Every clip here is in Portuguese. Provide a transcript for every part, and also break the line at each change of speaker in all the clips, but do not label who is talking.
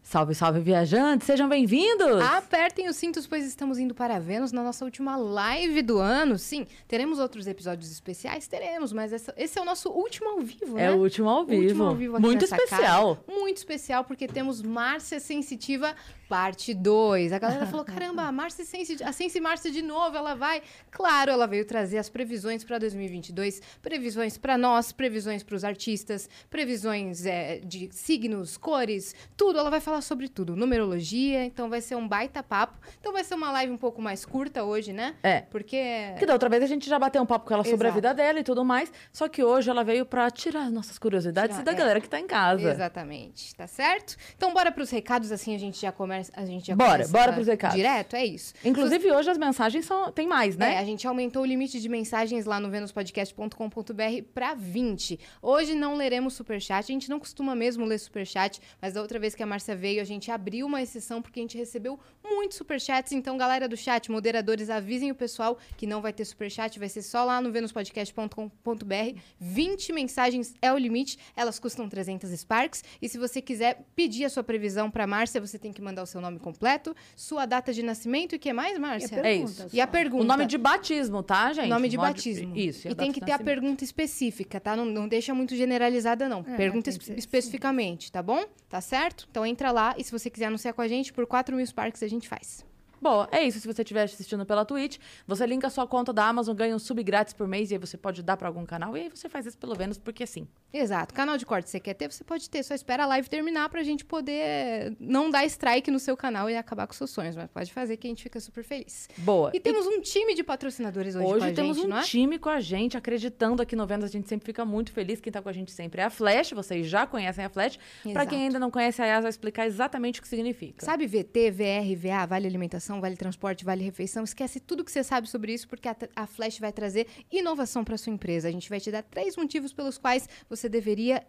Salve, salve, viajantes! Sejam bem-vindos!
Ah, Apertem os cintos, pois estamos indo para Vênus na nossa última live do ano. Sim, teremos outros episódios especiais? Teremos, mas essa- esse é o nosso último ao vivo,
é
né?
o último ao vivo.
Último ao vivo aqui
Muito
nessa
especial.
casa. Muito especial, porque temos Márcia Sensitiva, parte 2. A galera falou, caramba, a Márcia Sensi, a Sensi Márcia de novo, ela vai... Claro, ela veio trazer as previsões para 2022, previsões para nós, previsões para os artistas, previsões é, de signos, cores, tudo. Ela vai falar sobre tudo, numerologia, então vai ser um baita papo. Então vai ser uma live um pouco mais curta hoje, né?
É.
Porque...
Que da outra vez a gente já bateu um papo com ela sobre a
Exato.
vida dela e tudo mais. Só que hoje ela veio pra tirar nossas curiosidades
Tirar,
da
é.
galera que tá em casa.
Exatamente, tá certo? Então bora pros recados, assim a gente já começa, a gente já
Bora,
começa
bora pros recados.
Direto, é isso.
Inclusive, hoje as mensagens são... tem mais,
É,
né?
a gente aumentou o limite de mensagens lá no venuspodcast.com.br para 20. Hoje não leremos superchat, a gente não costuma mesmo ler superchat, mas da outra vez que a Márcia veio, a gente abriu uma exceção porque a gente recebeu muitos superchats. Então, galera do chat, moderadores, avisem o pessoal que não vai ter superchat, vai ser só lá no venuspodcast.com.br. 20 mensagens é o limite, elas custam 300 Sparks. E se você quiser pedir a sua previsão para Márcia, você tem que mandar o seu nome completo, sua data de nascimento e o que mais, Márcia?
É isso.
E a pergunta.
O nome de batismo, tá, gente?
Nome de
Nome
batismo.
Isso. a
E tem
data
que
de
ter a
nascimento.
pergunta específica, tá? Não, não deixa muito generalizada, não.
É,
pergunta
tem que
espe-
ser, sim.
especificamente, tá bom? Tá certo? Então entra lá e se você quiser anunciar com a gente, por 4 mil Sparks a gente faz.
Boa, é isso. Se você estiver assistindo pela Twitch, você linka a sua conta da Amazon, ganha um sub grátis por mês e aí você pode dar pra algum canal. E aí você faz isso pelo menos porque sim.
Exato. Canal de corte você quer ter, você pode ter. Só espera a live terminar pra gente poder não dar strike no seu canal e acabar com seus sonhos. Mas pode fazer que a gente fica super feliz.
Boa.
E temos um time de patrocinadores hoje, com
Hoje
a
temos
gente,
um
não é?
time com a gente, acreditando aqui no Vênus. A gente sempre fica muito feliz. Quem tá com a gente sempre é a Flash. Vocês já conhecem a Flash. Pra
Exato.
quem ainda não conhece, a Yas vai explicar exatamente o que significa.
Sabe VT, VR, VA, vale alimentação, vale transporte, vale refeição? Esquece tudo que você sabe sobre isso, porque a, tra- a Flash vai trazer inovação para sua empresa. A gente vai te dar três motivos pelos quais você deveria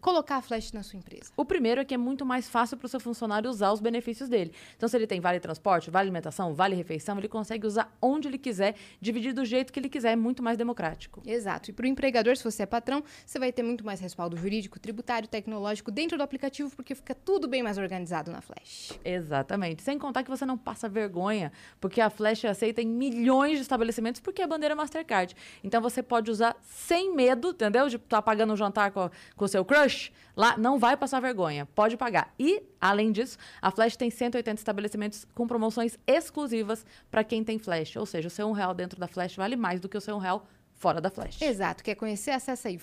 colocar a Flash na sua empresa.
O primeiro é que é muito mais fácil para o seu funcionário usar os benefícios dele. Então, se ele tem vale transporte, vale alimentação, vale refeição, ele consegue usar onde ele quiser, dividir do jeito que ele quiser, é muito mais democrático.
Exato. E para o empregador, se você é patrão, você vai ter muito mais respaldo jurídico, tributário, tecnológico dentro do aplicativo, porque fica tudo bem mais organizado na Flash.
Exatamente. Sem contar que você não passa vergonha, porque a Flash é aceita em milhões de estabelecimentos porque é bandeira Mastercard. Então você pode usar sem medo, entendeu? De estar pagando um jantar com, com o seu crush, lá não vai passar vergonha, pode pagar. E, além disso, a Flash tem 180 estabelecimentos com promoções exclusivas para quem tem Flash. Ou seja, o seu um real dentro da Flash vale mais do que o seu um real fora da Flash.
Exato. Quer conhecer? Acessa aí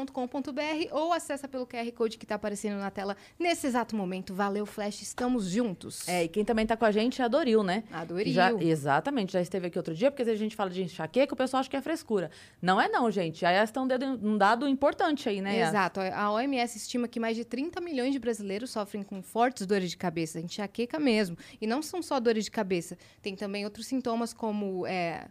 flashapp.com.br ou acessa pelo QR Code que está aparecendo na tela nesse exato momento. Valeu, Flash. Estamos juntos.
É, e quem também tá com a gente é a Doril, né?
A Doril.
Já- exatamente, já esteve aqui outro dia, porque às vezes a gente fala de enxaqueca, o pessoal acha que é frescura. Não é não, gente. Aí elas estão um, dedo- um dado importante aí, né? Yas?
Exato. A OMS estima que mais de 30 milhões de brasileiros sofrem com fortes dores de cabeça, enxaqueca mesmo. E não são só dores de cabeça, tem também outros sintomas como é,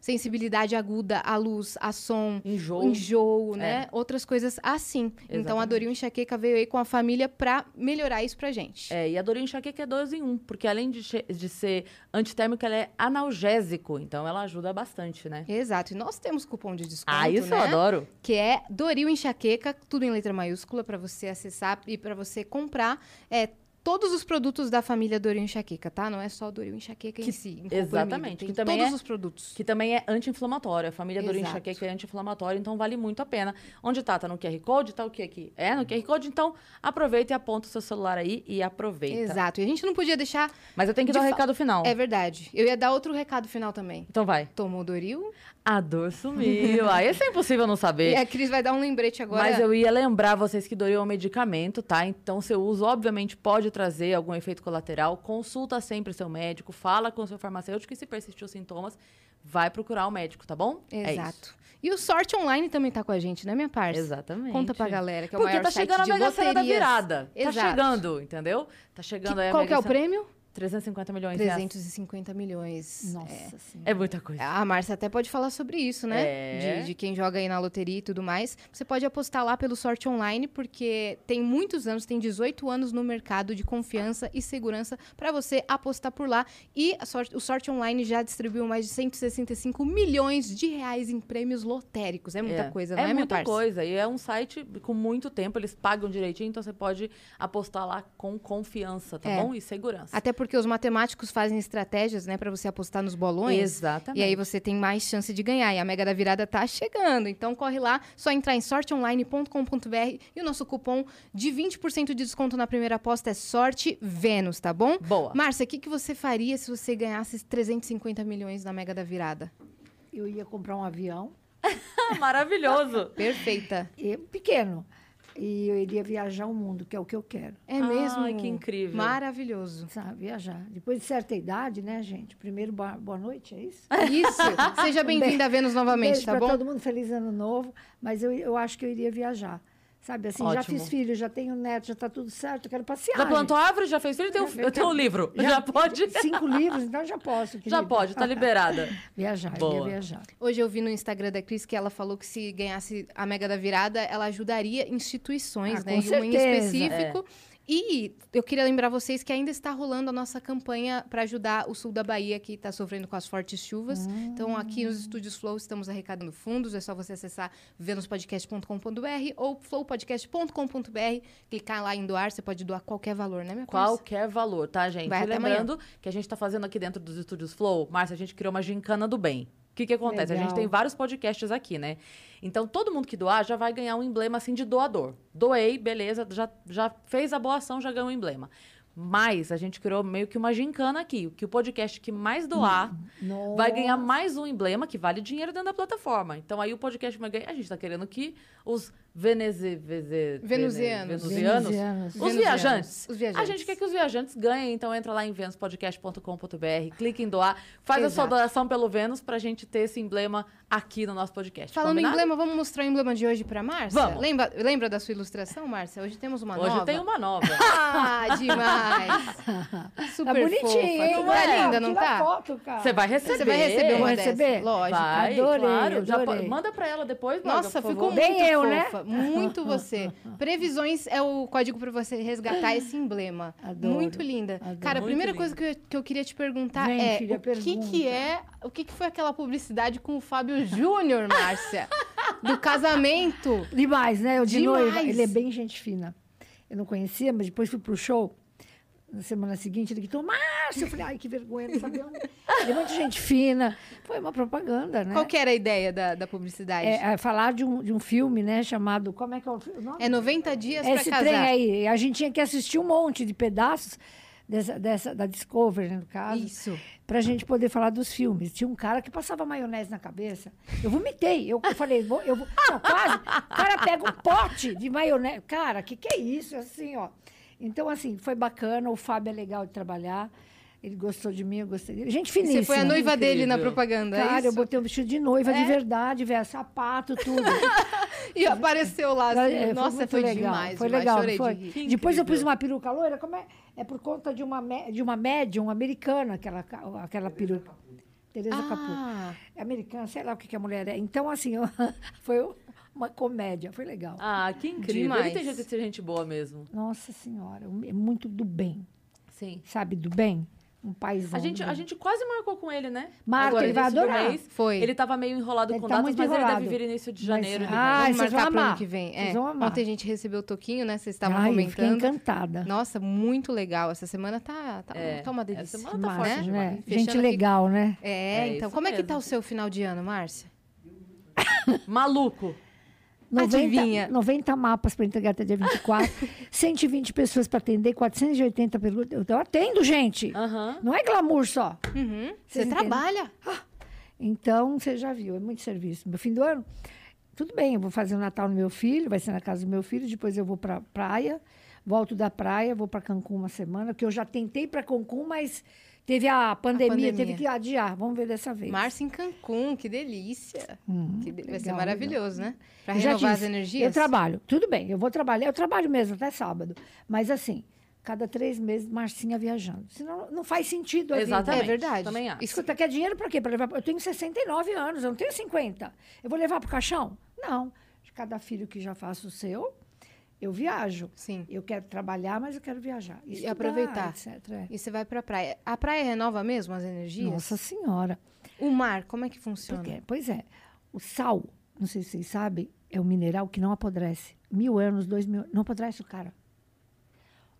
sensibilidade aguda à luz, a som,
Enjoo.
enjoo, né? Outras coisas assim. Então a
é. Exatamente.
Doril Enxaqueca veio aí com a família pra melhorar isso pra gente.
É, e a Doril enxaqueca é dois em um, porque além de, che- de ser antitérmica, ela é analgésico, então ela ajuda bastante, né?
Exato. E nós temos cupom de desconto,
Ah, isso
né?
eu adoro.
que é Doril Enxaqueca, tudo em letra maiúscula para você acessar e para você comprar é, todos os produtos da família Doril Enxaqueca, tá? Não é só o Doril Enxaqueca
Que-
em si. em comprimido.
exatamente,
Tem
que também
todos
é-
os produtos.
Que também é anti-inflamatório. A família Doril
Exato.
enxaqueca é anti-inflamatório, então vale muito a pena. Onde tá? Tá no QR Code? Tá o que aqui? É, no QR Code, então aproveita e aponta o seu celular aí e aproveita.
Exato. E a gente não podia deixar.
Mas eu tenho que
De
dar o
fa-
recado final.
É verdade. Eu ia dar outro recado final também.
Então vai.
Tomou Doril?
A dor sumiu. Ah, esse é impossível não
E
saber.
a Cris vai dar um lembrete agora.
Mas eu ia lembrar vocês que Doril é um medicamento, tá? Então, seu uso, obviamente, pode trazer algum efeito colateral. Consulta sempre seu médico, fala com seu farmacêutico e se persistir os sintomas, vai procurar o médico, tá bom? É isso.
Exato. E o Sorte Online também tá com a gente, né, minha parça?
Exatamente.
Conta pra galera que é o
Porque
maior
tá
site
chegando a
de
Mega Sena da
loterias.
virada. Tá
Exato.
chegando, entendeu? Tá chegando aí a
Qual
Mega
que é o
Sena-
prêmio?
350 milhões, né?
350 milhões.
Nossa senhora. É muita coisa.
A Márcia até pode falar sobre isso, né?
É.
De, de quem joga aí na loteria e tudo mais. Você pode apostar lá pelo Sorte Online, porque tem muitos anos, tem 18 anos no mercado de confiança e segurança para você apostar por lá. E a Sorte- o Sorte Online já distribuiu mais de 165 milhões de reais em prêmios lotéricos. É muita coisa, não é, minha
muita
parça?
coisa. E é um site com muito tempo, eles pagam direitinho, então você pode apostar lá com confiança, tá
É.
bom? E segurança.
Até porque os matemáticos fazem estratégias, né, para você apostar nos bolões.
Exatamente.
E aí você tem mais chance de ganhar. E a Mega da Virada tá chegando. Então corre lá, só entrar em sorteonline.com.br e o nosso cupom de 20% de desconto na primeira aposta é sorte Vênus, tá bom?
Boa.
Márcia, o que, que você faria se você ganhasse 350 milhões na Mega da Virada?
Eu ia comprar um avião
Maravilhoso.
Perfeita.
e- pequeno e eu iria viajar o mundo, que é o que eu quero.
É mesmo?
Ai, que incrível.
Maravilhoso.
Sabe, viajar. Depois de certa idade, né, gente? Primeiro, boa boa noite, é
Ah,
isso?
Isso. Seja bem-vinda a Vênus novamente,
Beijo
tá
pra
bom?
todo mundo, feliz ano novo. Mas eu, eu acho que eu iria viajar. Sabe, assim, já
Ótimo.
fiz filho, já tenho neto, já tá tudo certo, eu quero passear.
Já plantou
gente.
árvore, já fez filho, tem um,
Já-
eu tenho um livro. Já, pode?
Cinco livros, então já posso,
Já
querida.
pode, tá liberada.
Viajar, eu
Boa.
ia viajar.
Hoje eu vi no Instagram da Cris que ela falou que se ganhasse a Mega da Virada, ela ajudaria instituições,
Ah,
né?
com
e uma em
certeza.
específico. E eu queria lembrar vocês que ainda está rolando a nossa campanha para ajudar o sul da Bahia, que está sofrendo com as fortes chuvas.
Hum.
Então, aqui nos estúdios Flow, estamos arrecadando fundos. É só você acessar venuspodcast.com.br ou flowpodcast.com.br, clicar lá em doar. Você pode doar qualquer valor, né, minha parça?
Qualquer valor, tá, gente?
Vai
e
até
lembrando que a gente tá fazendo aqui dentro dos estúdios Flow, Márcia, a gente criou uma gincana do bem. O que, que acontece? A gente
Legal.
tem vários podcasts aqui, né? Então, todo mundo que doar já vai ganhar um emblema assim de doador. Doei, beleza, já, já fez a boa ação, já ganhou um emblema. Mas a gente criou meio que uma gincana aqui, que o podcast que mais doar
Hum.
vai ganhar mais um emblema que vale dinheiro dentro da plataforma. Então aí o podcast vai ganhar. A gente tá querendo que os veneze, veze, venusianos,
Venusianos.
Venusianos.
os
Venusianos.
viajantes,
Os viajantes.
a gente quer que os viajantes ganhem, então entra lá em venuspodcast.com.br, clica em doar, faz a sua
Exato.
doação pelo Vênus pra gente ter esse emblema aqui no nosso podcast.
Falando em
Combinado?
emblema, vamos mostrar o emblema de hoje para Márcia?
Vamos.
Lembra, lembra da sua ilustração, Márcia? Hoje temos uma
Hoje
nova.
tem uma nova.
Ah, demais! Super
é
Tá bonitinho,
fofa.
hein?
Não é
Olha,
linda, não
tira
tá?
foto, cara.
Você vai receber.
Você vai receber uma
Vai
dessa.
receber?
Lógico.
Vai,
Adorei,
claro. Já
adorei.
pode- manda pra ela depois, Morgan,
Nossa,
por
ficou
favor.
Bem
muito
eu, né?
fofa. Muito você. Previsões é o código para você resgatar esse emblema.
Adoro,
muito linda.
adoro.
Cara, a
Muito
primeira
linda.
coisa que eu, que eu queria te perguntar
Vem,
é
filha,
o que que
pergunta.
é, o que que foi aquela publicidade com o Fábio Júnior, Márcia? Do casamento.
Demais, né? Eu de
Demais.
noiva. Ele é bem gente fina. Eu não conhecia, mas depois fui pro show. Na semana seguinte, ele gritou, Márcio! Eu falei, ai, que vergonha, não sabia onde. Ele é muito gente fina. Foi uma propaganda, né?
Qual que era a ideia da, da publicidade? É,
É, é, falar de um, de um filme, né? Chamado. Como é que é o fi- o nome? É
90 dias pra
Esse
casar.
trem aí. A gente tinha que assistir um monte de pedaços dessa, dessa- da Discovery, né, no caso.
Isso.
Pra gente poder falar dos filmes. Tinha um cara que passava maionese na cabeça. Eu vomitei. Eu, eu falei, vou, eu vou. Não, quase. O cara pega um pote de maionese. Cara, que que é isso? Assim, ó. Então, assim, foi bacana. O Fábio é legal de trabalhar. Ele gostou de mim, eu gostei dele. Gente finíssima.
Você foi a noiva dele na
Incrível.
propaganda, é
Cara, eu
isso? É?
botei um vestido de noiva de verdade, velho, sapato, tudo.
E apareceu lá. Assim,
É,
Nossa,
muito
foi, demais.
Foi
demais.
legal,
Chorei
foi.
de rir.
Que
Depois eu pus
incrível.
uma peruca loira, como é? É por conta de uma, mé- de uma médium americana, aquela, ca- aquela peruca. Tereza Capu.
Ah,
É americana, sei lá o que, que a mulher é. Então, assim, eu- foi uma comédia, foi legal.
Ah, que incrível. Ele tem
Demais.
jeito de ser gente boa mesmo.
Nossa Senhora, um- é muito do bem,
Sim.
sabe? Do bem. Um
A
paizão.
gente,
do
a
bem.
gente quase marcou com ele, né?
Marca,
Agora,
ele vai
início do
adorar.
Foi.
Ele tava meio enrolado
Ele
com
tá
datas,
muito
mas ele
enrolado.
deve vir início de
Mas-
janeiro. ele
Ah,
vem.
vocês
vamos marcar
vão
pro ano
amar.
que vem.
Vocês
É.
vão amar.
Ontem a gente recebeu o toquinho, né? Vocês estavam
Ai, eu fiquei
comentando.
encantada. né?
Nossa, muito legal. Essa semana tá, tá,
É,
tá uma
essa
delícia.
semana tá
Massa,
forte,
né?
demais.
Gente
Fechando aqui-
legal, né?
É,
É
então.
isso
Como é que
mesmo.
tá o seu final de ano, Márcia?
Maluco.
90,
Adivinha.
90 mapas para entregar até dia 24, 120 pessoas para atender, 480 perguntas. Eu- Eu atendo, gente.
Aham.
Não é glamour só.
Uhum. Você
Vocês entendem?
trabalha?
Então, você já viu, é muito serviço. Meu fim do ano, tudo bem, eu vou fazer o Natal no meu filho, vai ser na casa do meu filho, depois eu vou para praia, volto da praia, vou para Cancún uma semana, que eu já tentei para Cancún, mas teve a pandemia,
pandemia.
teve que adiar. Vamos ver dessa vez.
Márcia em Cancún, que delícia. Que de- Vai ser
Hum, legal,
maravilhoso, né? Pra
Eu já
renovar as
disse,
energias.
Eu trabalho. Tudo bem, eu vou trabalhar. Eu trabalho mesmo até sábado. Mas assim, cada três meses, Marcinha viajando. Senão não faz sentido a vida.
Exatamente.
É verdade.
Também acho.
Escuta, quer dinheiro para quê? Pra levar... Eu tenho 69 anos, eu não tenho 50. Eu vou levar pro caixão? Não. De Cada filho que já faça o seu, eu viajo.
Sim.
Eu quero trabalhar, mas eu quero viajar. Estudar,
aproveitar.
Etc. é.
E você vai pra praia. A praia renova mesmo as energias?
Nossa Senhora.
O mar, como é que funciona?
Porque, pois é. O sal, não sei se vocês sabem, é um mineral que não apodrece. Mil anos, dois mil Não apodrece o cara.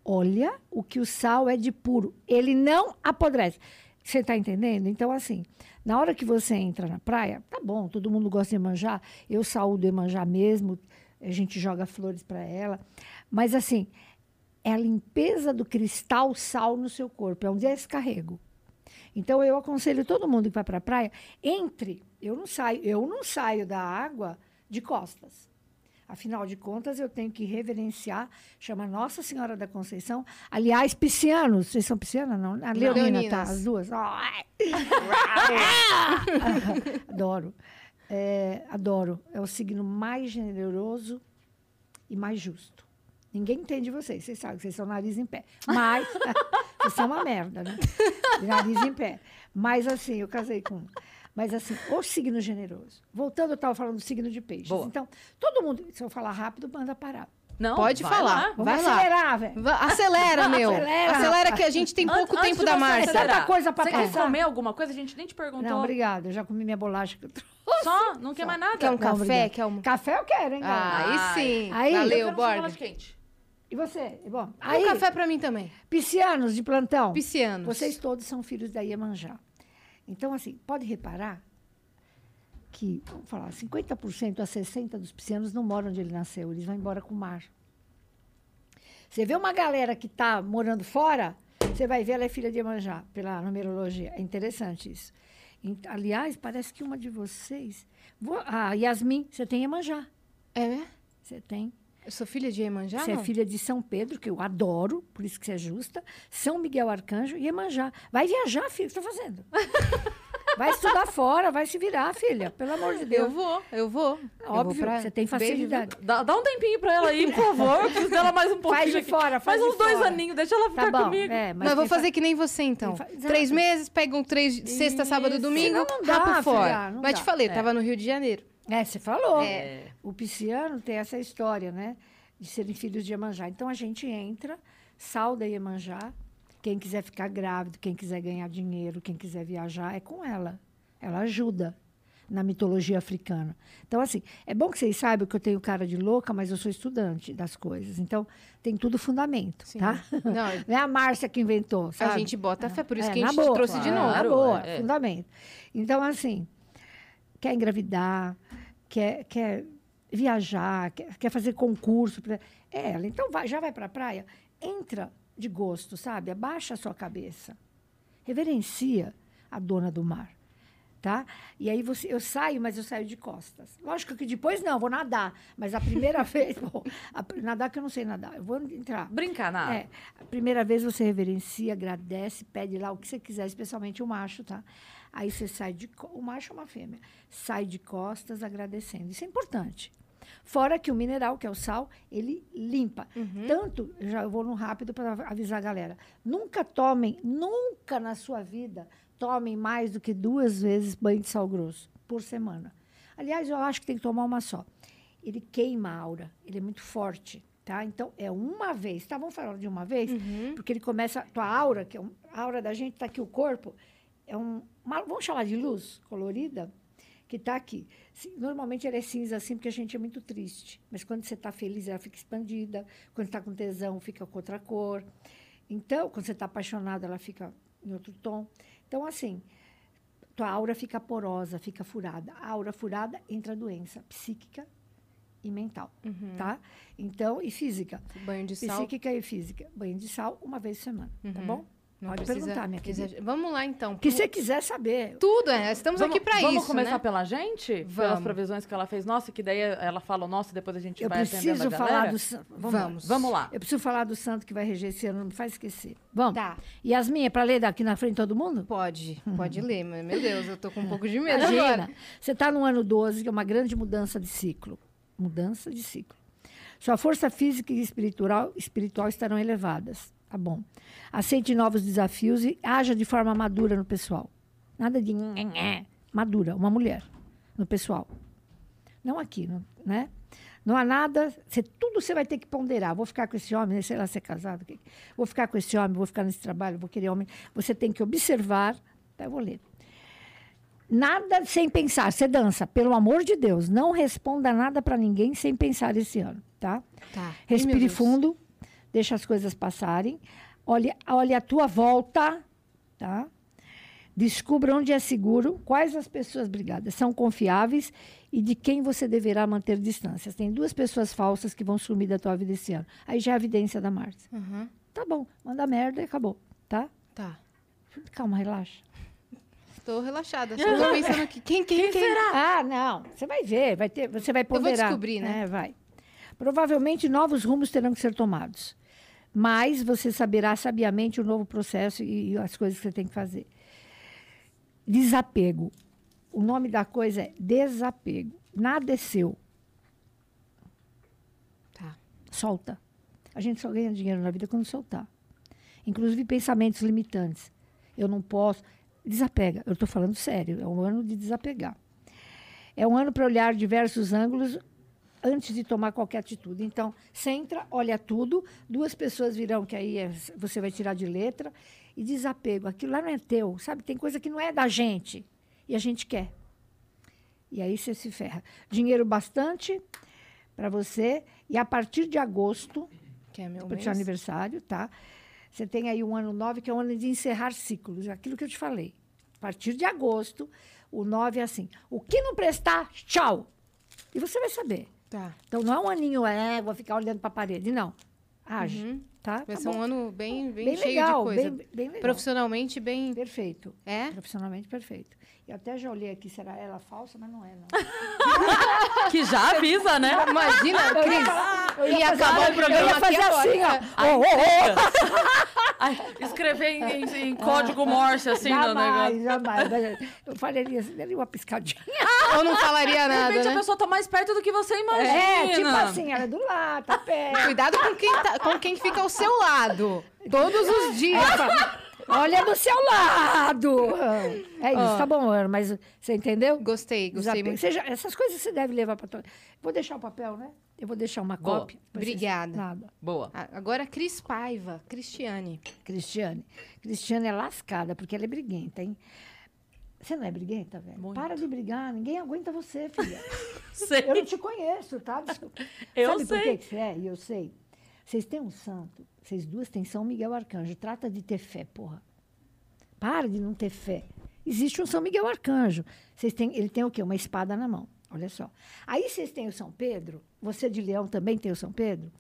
Olha o que o sal é de puro. Ele não apodrece. Você está entendendo? Então, assim, na hora que você entra na praia, tá bom, todo mundo gosta de manjar. Eu saúdo Emanjá mesmo. A gente joga flores para ela. Mas, assim, é a limpeza do cristal sal no seu corpo. É um descarrego. Então eu aconselho todo mundo que vai para a praia, entre. Eu não saio, eu não saio da água de costas. Afinal de contas, eu tenho que reverenciar, chama Nossa Senhora da Conceição. Aliás, piscianos, vocês são piscianas? Não, a Leonina, tá,
Leoninas.
as duas. Ai! adoro. É, adoro. É o signo mais generoso e mais justo. Ninguém entende vocês, vocês sabem que vocês são nariz em pé. Mas, vocês são uma merda, né? Nariz em pé. Mas assim, eu casei com. Mas assim, o signo generoso. Voltando, eu estava falando do signo de peixes.
Boa.
Então, todo mundo, se eu falar rápido, manda parar.
Não,
Pode
vai
falar.
lá.
Vamos
Vai lá.
acelerar, velho.
Va- Acelera, meu.
Acelera.
Acelera, que a gente tem
An-
pouco
antes
tempo
de
da
você
Márcia.
acelerar,
Tanta coisa pra
Você
pensar.
quer comer alguma coisa? A gente nem te perguntou.
Não, obrigada. Eu já comi minha bolacha que eu trouxe.
Só? Não quer mais nada?
Quer um
Não,
café?
obrigada.
Quer um...
Café eu quero, hein, galera?
Ah, aí sim.
Aí,
Eu quero
Valeu,
um
Borda.
chocolate quente.
E você? Bom,
Um
aí,
café pra mim também.
piscianos de plantão.
Piscianos.
Vocês todos são filhos da Iemanjá. Então, assim, pode reparar que, vamos falar, 50% a 60% dos piscianos não moram onde ele nasceu, eles vão embora com o mar. Você vê uma galera que está morando fora, você vai ver ela é filha de Iemanjá, pela numerologia. É interessante isso. Em- Aliás, parece que uma de vocês... Vo- Ah, Yasmin, você tem Iemanjá.
É, né?
Você tem.
Eu sou filha de Iemanjá,
Você é
Ah, não?
filha de São Pedro, que eu adoro, por isso que você é justa, São Miguel Arcanjo e Emanjá. Vai viajar, filho, estou tá fazendo. Vai estudar fora, vai se virar, filha, pelo amor de
Eu
Deus.
vou, eu vou. eu
Óbvio,
vou pra-
você tem facilidade.
Dá, dá um tempinho pra ela aí, por favor. Eu preciso dela mais um pouquinho.
Faz de
aqui.
fora, faz
Mais
de
uns dois
fora.
aninhos, deixa ela
Tá
ficar
bom,
comigo.
é,
Mas, eu vou
quem fa-
fazer que nem você, então.
quem fa- Exato.
Três meses, pegam três, de- sexta, sábado,
Isso.
domingo,
Não, não dá,
rapa
filha,
fora.
não
Mas
dá.
te falei, tava no Rio de Janeiro.
É, você falou.
É.
O pisciano tem essa história, né? De serem filhos de Iemanjá. Então a gente entra, salda Iemanjá. Quem quiser ficar grávido, quem quiser ganhar dinheiro, quem quiser viajar, é com ela. Ela ajuda na mitologia africana. Então, assim, é bom que vocês saibam que eu tenho cara de louca, mas eu sou estudante das coisas. Então, tem tudo fundamento, tá?
Não,
Não é a Márcia que inventou, sabe?
a gente bota fé, por isso
É,
que a
na
gente
boa,
te trouxe de
claro,
novo.
Na
Claro,
boa,
é.
fundamento. Então, assim, quer engravidar, quer, quer viajar, quer, quer fazer concurso. Pra... É ela. Então, vai- já vai para a praia, entra de gosto, sabe? Abaixa a sua cabeça. Reverencia a dona do mar. Tá? E aí você, eu saio, mas eu saio de costas. Lógico que depois não, vou nadar. Mas a primeira vez, bom, a pr- nadar que eu não sei nadar, eu vou entrar.
Brincar, nada.
É, a primeira vez você reverencia, agradece, pede lá o que você quiser, especialmente o macho, tá? Aí você sai de co- o macho é uma fêmea, sai de costas agradecendo. Isso é importante. Fora que o mineral, que é o sal, ele limpa. Tanto, já eu vou no rápido para avisar a galera. Nunca tomem, nunca na sua vida tomem mais do que duas vezes banho de sal grosso por semana. Aliás, eu acho que tem que tomar uma só. Ele queima a aura, ele é muito forte, tá? Então é uma vez, tá? Vamos falar de uma vez, porque ele começa tua aura, que é um- a aura da gente tá aqui o corpo, é um uma- vamos chamar de luz colorida que tá aqui. Ci- Normalmente ela é cinza assim porque a gente é muito triste, mas quando você tá feliz ela fica expandida, quando está com tesão fica com outra cor. Então, quando você está apaixonado, ela fica em outro tom. Então, assim, tua aura fica porosa, fica furada. A aura furada entra a doença psíquica e mental, tá? Então, e física.
Banho Uhum. de sal. Uhum.
Psíquica e física. Banho de sal uma vez por semana, tá bom?
Não
Pode
precisa
perguntar, minha querida.
exager- Vamos lá, então.
O que você quiser saber.
Tudo, é. Estamos
Vamos-
aqui pra
Vamos
isso,
começar
né?
pela gente? Pelas
Vamos.
previsões que ela fez. Nossa, que daí ela fala o nosso e depois a gente
Eu
vai
preciso
atendendo a
falar
galera.
do santo. Vamos. lá.
Vamos.
Vamos lá.
Eu preciso falar do santo que vai reger esse ano, não me faz esquecer. Vamos.
Tá.
Yasmin, é pra ler daqui na frente de todo mundo?
Pode, pode ler, mas meu Deus, eu tô com um pouco de medo
Imagina,
agora.
você está no ano 12, que é uma grande mudança de ciclo. Mudança de ciclo. Sua força física e espiritual, espiritual estarão elevadas. Tá bom. Aceite novos desafios e haja de forma madura no pessoal. Nada de nhe, nhe. madura, uma mulher no pessoal. Não aqui, não- né? Não há nada, cê- tudo você vai ter que ponderar. Vou ficar com esse homem, né? sei lá, ser casado, que- vou ficar com esse homem, vou ficar nesse trabalho, vou querer homem. Você tem que observar. Tá, eu vou ler. Nada sem pensar. Você dança, pelo amor de Deus, não responda nada para ninguém sem pensar esse ano, tá?
Tá. Ih, meu
Respire
Deus.
fundo, deixa as coisas passarem. Olhe, olhe a tua volta, tá? Descubra onde é seguro, quais as pessoas brigadas são confiáveis e de quem você deverá manter distâncias. Tem duas pessoas falsas que vão sumir da tua vida esse ano. Aí já é a evidência da Márcia.
Aham,
Tá bom, manda merda e acabou, tá?
Uhum. Tá.
Calma, relaxa.
Tô relaxada. Só tô pensando aqui. Quem, Uhum. quem, quem?
Ah, não. Você vai ver, vai ter, você vai
vou
ponderar.
descobrir, né?
É, vai. Provavelmente novos rumos terão que ser tomados. Mas você saberá sabiamente o novo processo e, e as coisas que você tem que fazer. Desapego. O nome da coisa é desapego. Nada é seu.
Tá.
Solta. A gente só ganha dinheiro na vida quando soltar. Inclusive pensamentos limitantes. Eu não posso. Desapega. Eu estou falando sério. É um ano de desapegar. É um ano para olhar diversos ângulos antes de tomar qualquer atitude. Então, centra, olha tudo. Duas pessoas virão que aí é- você vai tirar de letra. E desapego. Aquilo lá não é teu. Sabe? Tem coisa que não é da gente. E a gente quer. E aí você se ferra. Dinheiro bastante para você. E a partir de agosto,
Que é meu
para o
mês.
seu aniversário, tá? Você tem aí um ano 9, que é o ano de encerrar ciclos, aquilo que eu te falei. A partir de agosto, o 9 é assim: o que não prestar, tchau! E você vai saber.
Tá.
Então não é um aninho, é, vou ficar olhando para a parede, não. Age,
Uhum.
tá?
Vai
Tá
ser um
bom.
ano bem, bem,
bem
cheio
legal,
de coisa.
Bem, bem legal.
Profissionalmente, bem.
Perfeito.
É?
Profissionalmente perfeito. Eu até já olhei aqui, será ela falsa, mas não é, não.
Que já avisa, né?
Imagina,
Ah,
Cris.
Eu
E
ia fazer-
acabar o
eu
programa
ia
aqui
fazer assim,
agora. É.
ó. Oh, oh, oh.
Ai, escrever em, em- em código morse, assim, no
é
negócio.
Jamais, jamais. Eu falaria, assim, daria uma piscadinha.
Ou não falaria
De repente
nada,
a
né?
pessoa tá mais perto do que você imagina.
É, tipo assim, ela é do lado, tá perto.
Cuidado com quem, tá- com quem fica ao seu lado. Todos
É.
os dias.
Olha do seu lado! É isso, tá bom, Ana, mas você entendeu?
Gostei, gostei
Desapego.
muito.
Você já- essas coisas você deve levar pra tua... Vou deixar o papel, né? Eu vou deixar uma
Boa.
cópia. Vocês-
Obrigada.
Nada.
Boa.
A- Ah, Agora, Cris Paiva, Cristiane.
Cristiane. Cristiane é lascada, porque ela é briguenta, hein? Você não é briguenta, velho?
Muito.
Para de brigar, ninguém aguenta você, filha.
Sei.
Eu não te conheço, tá? Desculpa.
Eu
Sabe por
sei.
que que você é? E eu sei. Vocês têm um santo. Vocês duas têm São Miguel Arcanjo. Trata de ter fé, porra. Para de não ter fé. Existe um São Miguel Arcanjo. Vocês têm, ele tem o quê? Uma espada na mão. Olha só. Aí vocês têm o São Pedro. Você de Leão também tem o São Pedro.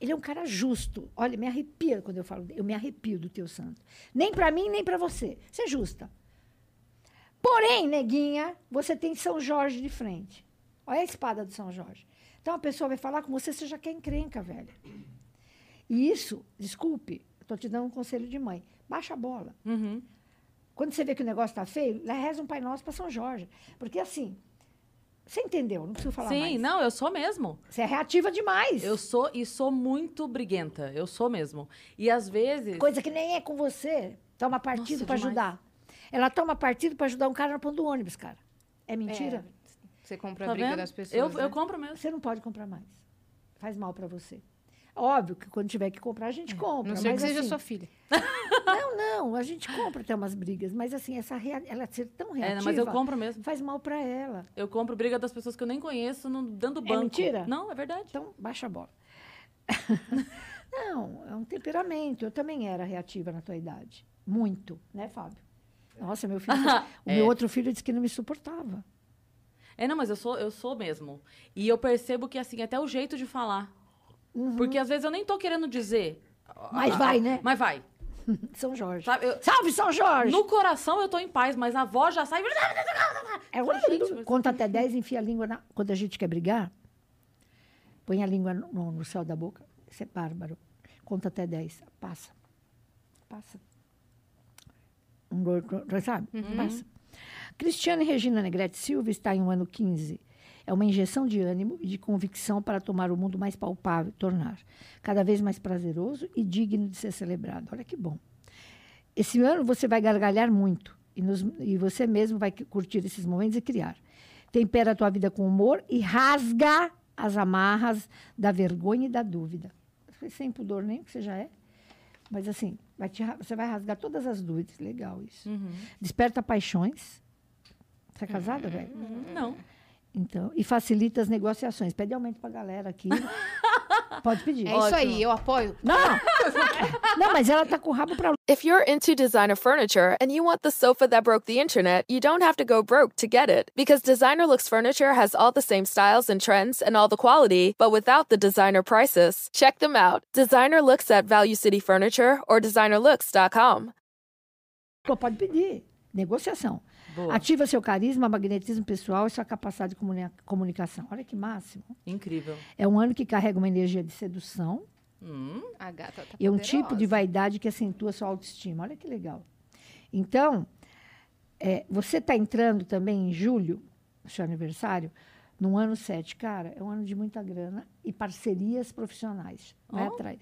Ele é um cara justo. Olha, me arrepia quando eu falo. dele. Eu me arrepio do teu santo. Nem para mim, nem para você. Você é justa. Porém, neguinha, você tem São Jorge de frente. Olha a espada do São Jorge. Então a pessoa vai falar com você, você já quer encrenca, velho. E isso, desculpe, estou te dando um conselho de mãe. Baixa a bola.
Uhum.
Quando você vê que o negócio está feio, lá reza um Pai Nosso para São Jorge. Porque assim, você entendeu, não preciso falar
Sim,
mais.
não, eu sou mesmo.
Você é reativa demais.
Eu sou e sou muito briguenta. Eu sou mesmo. E às vezes.
Coisa que nem é com você. Toma partido
Nossa,
para
demais.
ajudar. Ela toma partido para ajudar um cara no ponto do ônibus, cara. É mentira?
Você compra
Tá
a briga
vendo?
das pessoas.
eu,
né?
eu compro mesmo.
Você não pode comprar mais. Faz mal para você. Óbvio que quando tiver que comprar, a
É,
gente compra.
Não sei que
mas
seja
assim,
sua filha.
Não, não, a gente compra até umas brigas, mas assim, essa rea- ela ser tão
É,
reativa
mas eu compro mesmo.
faz mal para ela.
Eu compro briga das pessoas que eu nem conheço, não, dando banco.
mentira?
Não, é verdade.
Então, baixa a bola. não, é um temperamento. Eu também era reativa na tua idade. Muito, né, Fábio? Nossa, meu filho. O
É.
meu outro filho disse que não me suportava.
É, não, mas eu sou, eu sou mesmo. E eu percebo que, assim, até o jeito de falar. Porque às vezes eu nem tô querendo dizer.
Uhum. Mas vai, né?
Ah, Mas vai.
São Jorge.
Sabe, eu-
Salve, São Jorge!
no coração eu tô em paz, mas a voz já sai.
É,
Gente, mas-
Conta até 10, enfia a língua na... Quando a gente quer brigar, põe a língua no, no céu da boca. Isso é bárbaro. Conta até 10. Passa. Passa. Uhum. Um, dois, dois, sabe? Passa. Cristiane Regina Negrete Silva está em um ano 15 É uma injeção de ânimo e de convicção para tornar o mundo mais palpável, tornar cada vez mais prazeroso e digno de ser celebrado. Olha que bom. Esse ano você vai gargalhar muito e, nos- e você mesmo vai cu- curtir esses momentos e criar. Tempera a tua vida com humor e rasga as amarras da vergonha e da dúvida. Sem pudor nem o que você já é. Mas assim, vai te ra- você vai rasgar todas as dúvidas. Legal isso.
Uhum.
Desperta paixões. Você é casada,
Uhum.
velho?
Não.
Então, e facilita as negociações. Pede aumento pra galera aqui. Pode pedir.
É isso aí, eu apoio.
Não! Não, mas ela tá com o rabo pra
If you're into designer furniture and you want the sofa that broke the internet, you don't have to go broke to get it. Because Designer Looks Furniture has all the same styles and trends and all the quality, but without the designer prices. Check them out. Designer Looks at Value City Furniture or designerlooks.com.
Pô, pode pedir. Negociação.
Boa.
Ativa seu carisma, magnetismo pessoal e sua capacidade de comuni- comunicação. Olha que máximo.
Incrível.
É um ano que carrega uma energia de sedução
Hum.
A gata tá
e um tipo de
poderosa.
vaidade que acentua sua autoestima. Olha que legal. Então, é, você está entrando também em julho, seu aniversário, num ano 7. Cara, é um ano de muita grana e parcerias profissionais. Vai
Ó.
atrás.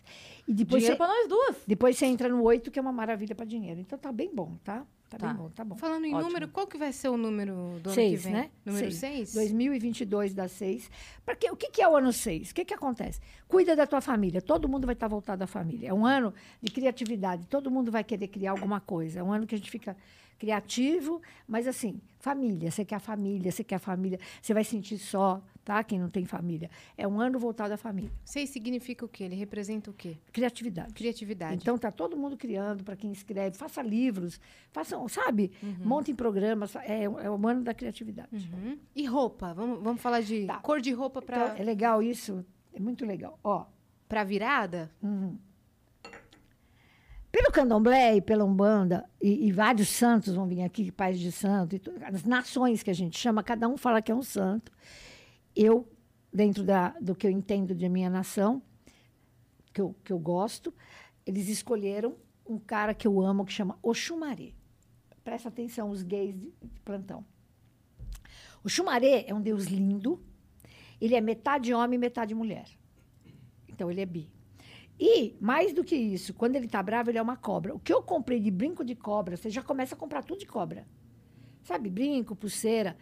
E depois
Dinheiro
você,
pra nós duas.
depois você entra no 8, que é uma maravilha para dinheiro. Então tá bem bom, tá? Tá,
Tá.
bem bom, tá bom.
Falando em
Ótimo.
número, qual que vai ser o número do ano
Seis,
que vem?
né?
Número
Seis.
6?
2022 dá 6. Que, o que, que é o ano 6? O que, que acontece? Cuida da tua família. Todo mundo vai estar voltado à família. É um ano de criatividade. Todo mundo vai querer criar alguma coisa. É um ano que a gente fica criativo, mas assim, família. Você quer a família, você quer a família. Você vai sentir só, tá? Quem não tem família. É um ano voltado à família.
6 significa o quê? Ele representa o quê?
Criatividade.
Criatividade.
Então tá todo mundo criando para quem escreve, faça livros, façam, sabe? Montem programas, é, é o ano da criatividade.
Uhum. E roupa? Vamos, vamos falar de
Tá.
cor de roupa pra,
Então, é legal isso? É muito legal. Ó,
pra virada?
pelo candomblé e pela Umbanda, e, e vários santos vão vir aqui, pais de santo, e tu- as nações que a gente chama, cada um fala que é um santo. Eu, dentro da, do que eu entendo de minha nação, que eu, que eu gosto, eles escolheram um cara que eu amo, que chama Oxumaré. Presta atenção, os gays de, de plantão. O Xumaré é um deus lindo. Ele é metade homem e metade mulher. Então, ele é bi. E, mais do que isso, quando ele tá bravo, ele é uma cobra. O que eu comprei de brinco de cobra, você já começa a comprar tudo de cobra. Sabe? Brinco, pulseira.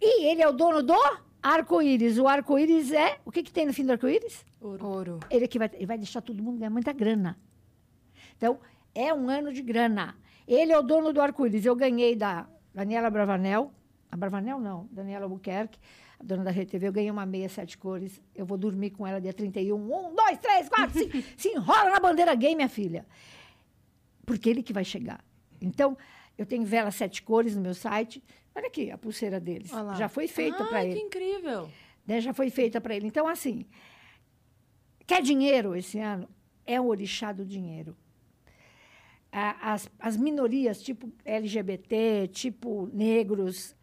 E ele é o dono do arco-íris. O arco-íris é... O que, que tem no fim do arco-íris?
Ouro.
ele que vai, ele vai deixar todo mundo ganhar muita grana. Então, é um ano de grana. Ele é o dono do arco-íris. Eu ganhei da Daniela Bravanel, a Bravanel não, Daniela Albuquerque, a dona da RTV, eu ganhei uma meia, sete cores. Eu vou dormir com ela dia 31. Um, dois, três, quatro, cinco. se enrola na bandeira gay, minha filha. Porque ele que vai chegar. Então, eu tenho vela sete cores no meu site. Olha aqui a pulseira deles.
Olha lá. Ah,
Já foi feita
Ai,
para
que
ele
incrível.
né, já foi feita para ele. Então, assim, quer dinheiro esse ano? É o orixá do dinheiro. A- As, as minorias, tipo LGBT, tipo negros,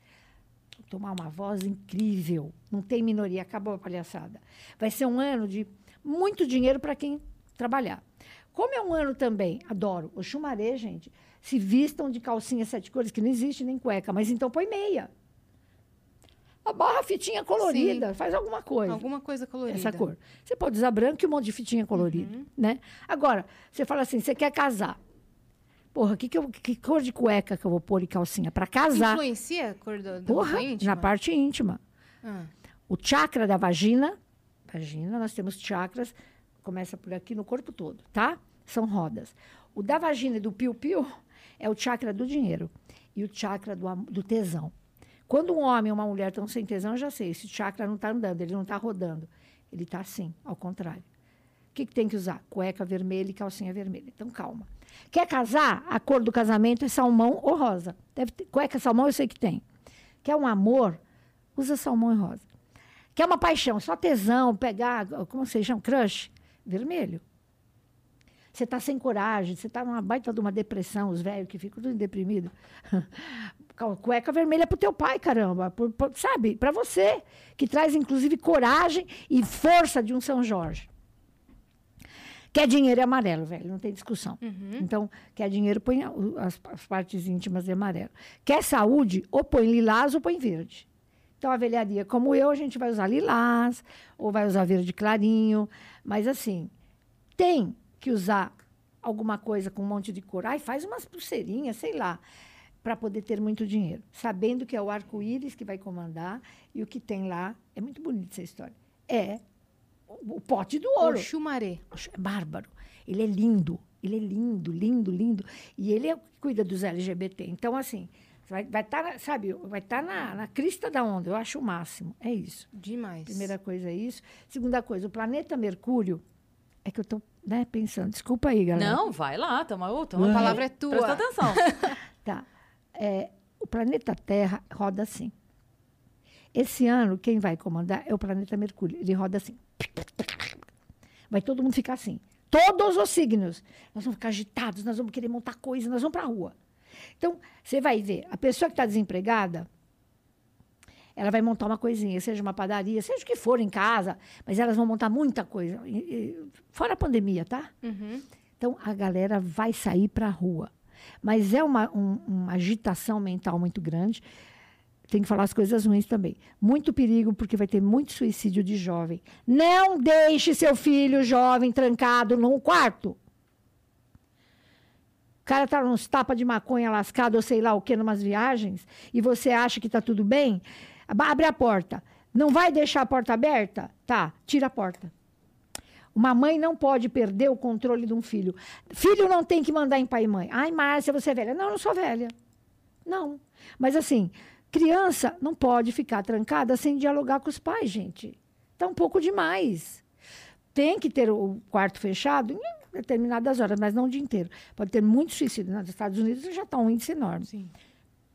vão tomar uma voz incrível. Não tem minoria, acabou a palhaçada. Vai ser um ano de muito dinheiro para quem trabalhar. Como é um ano também, adoro, o chumaré, gente, se vistam de calcinha sete cores, que não existe nem cueca, mas então põe meia. Abarra a fitinha colorida, faz alguma coisa
Alguma coisa colorida.
essa cor. Você pode usar branco e um monte de fitinha colorida, né? Agora, você fala assim, você quer casar. Porra, que, que, eu- que cor de cueca que eu vou pôr e calcinha? Para casar.
Influencia a cor da, da
Porra,
roupa íntima?
na parte íntima.
Ah.
O chakra da vagina, vagina, nós temos chakras, começa por aqui no corpo todo, tá? São rodas. O da vagina e do piu-piu é o chakra do dinheiro e o chakra do, am- do tesão. Quando um homem e uma mulher estão sem tesão, eu já sei, esse chakra não está andando, ele não está rodando. Ele está assim, ao contrário. O que, que tem que usar? Cueca vermelha e calcinha vermelha. Então, calma. Quer casar? A cor do casamento é salmão ou rosa. Deve ter- cueca salmão eu sei que tem. Quer um amor? Usa salmão e rosa. Quer é uma paixão? Só tesão, pegar, como vocês chamam? Crush? Vermelho. Você está sem coragem, você está numa baita de uma depressão, os velhos que ficam tudo deprimido. Cu- Cueca vermelha pro teu pai, caramba. Por- por- sabe? Para você, que traz inclusive coragem e força de um São Jorge. Quer dinheiro é amarelo, velho, não tem discussão. Então, quer dinheiro, põe a- o- as, as partes íntimas de amarelo. Quer saúde, ou põe lilás ou põe verde. Então, a velharia, como eu, a gente vai usar lilás, ou vai usar verde clarinho. Mas, assim, tem que usar alguma coisa com um monte de cor. Ai, faz umas pulseirinhas, sei lá, para poder ter muito dinheiro. Sabendo que é o arco-íris que vai comandar e o que tem lá. É muito bonita essa história. É o, o pote do ouro.
O chumaré.
É bárbaro. Ele é lindo. Ele é lindo, lindo, lindo. E ele é o que cuida dos LGBT. Então, assim, vai estar, vai tá, na- sabe, vai estar na, na crista da onda. Eu acho o máximo. É isso.
Demais.
Primeira coisa é isso. Segunda coisa, o planeta Mercúrio. É que eu estou né, pensando. Desculpa aí, galera.
Não, vai lá, tamo, ô, tamo
A
aqui.
palavra é tua.
Presta atenção.
Tá. É, o planeta Terra roda assim. Esse ano, quem vai comandar é o planeta Mercúrio. Ele roda assim. Vai todo mundo ficar assim. Todos os signos. Nós vamos ficar agitados, nós vamos querer montar coisa, nós vamos para a rua. Então, você vai ver, a pessoa que está desempregada, ela vai montar uma coisinha, seja uma padaria, seja o que for em casa, mas elas vão montar muita coisa. E- e- Fora a pandemia, tá? Então a galera vai sair para a rua. Mas é uma, um- uma agitação mental muito grande. Tem que falar as coisas ruins também. Muito perigo, porque vai ter muito suicídio de jovem. Não deixe seu filho jovem trancado num quarto. O cara tá nos tapa de maconha lascado ou sei lá o que, numas viagens, e você acha que tá tudo bem, Ab- abre a porta. Não vai deixar a porta aberta? Tá, tira a porta. Uma mãe não pode perder o controle de um filho. Filho não tem que mandar em pai e mãe. Ai, Márcia, você é velha. Não, eu não sou velha. Não. Mas assim, criança não pode ficar trancada sem dialogar com os pais, gente. Tá um pouco demais. Tem que ter o quarto fechado em determinadas horas, mas não o dia inteiro. Pode ter muito suicídio. Nos Estados Unidos já está um índice enorme.
Sim.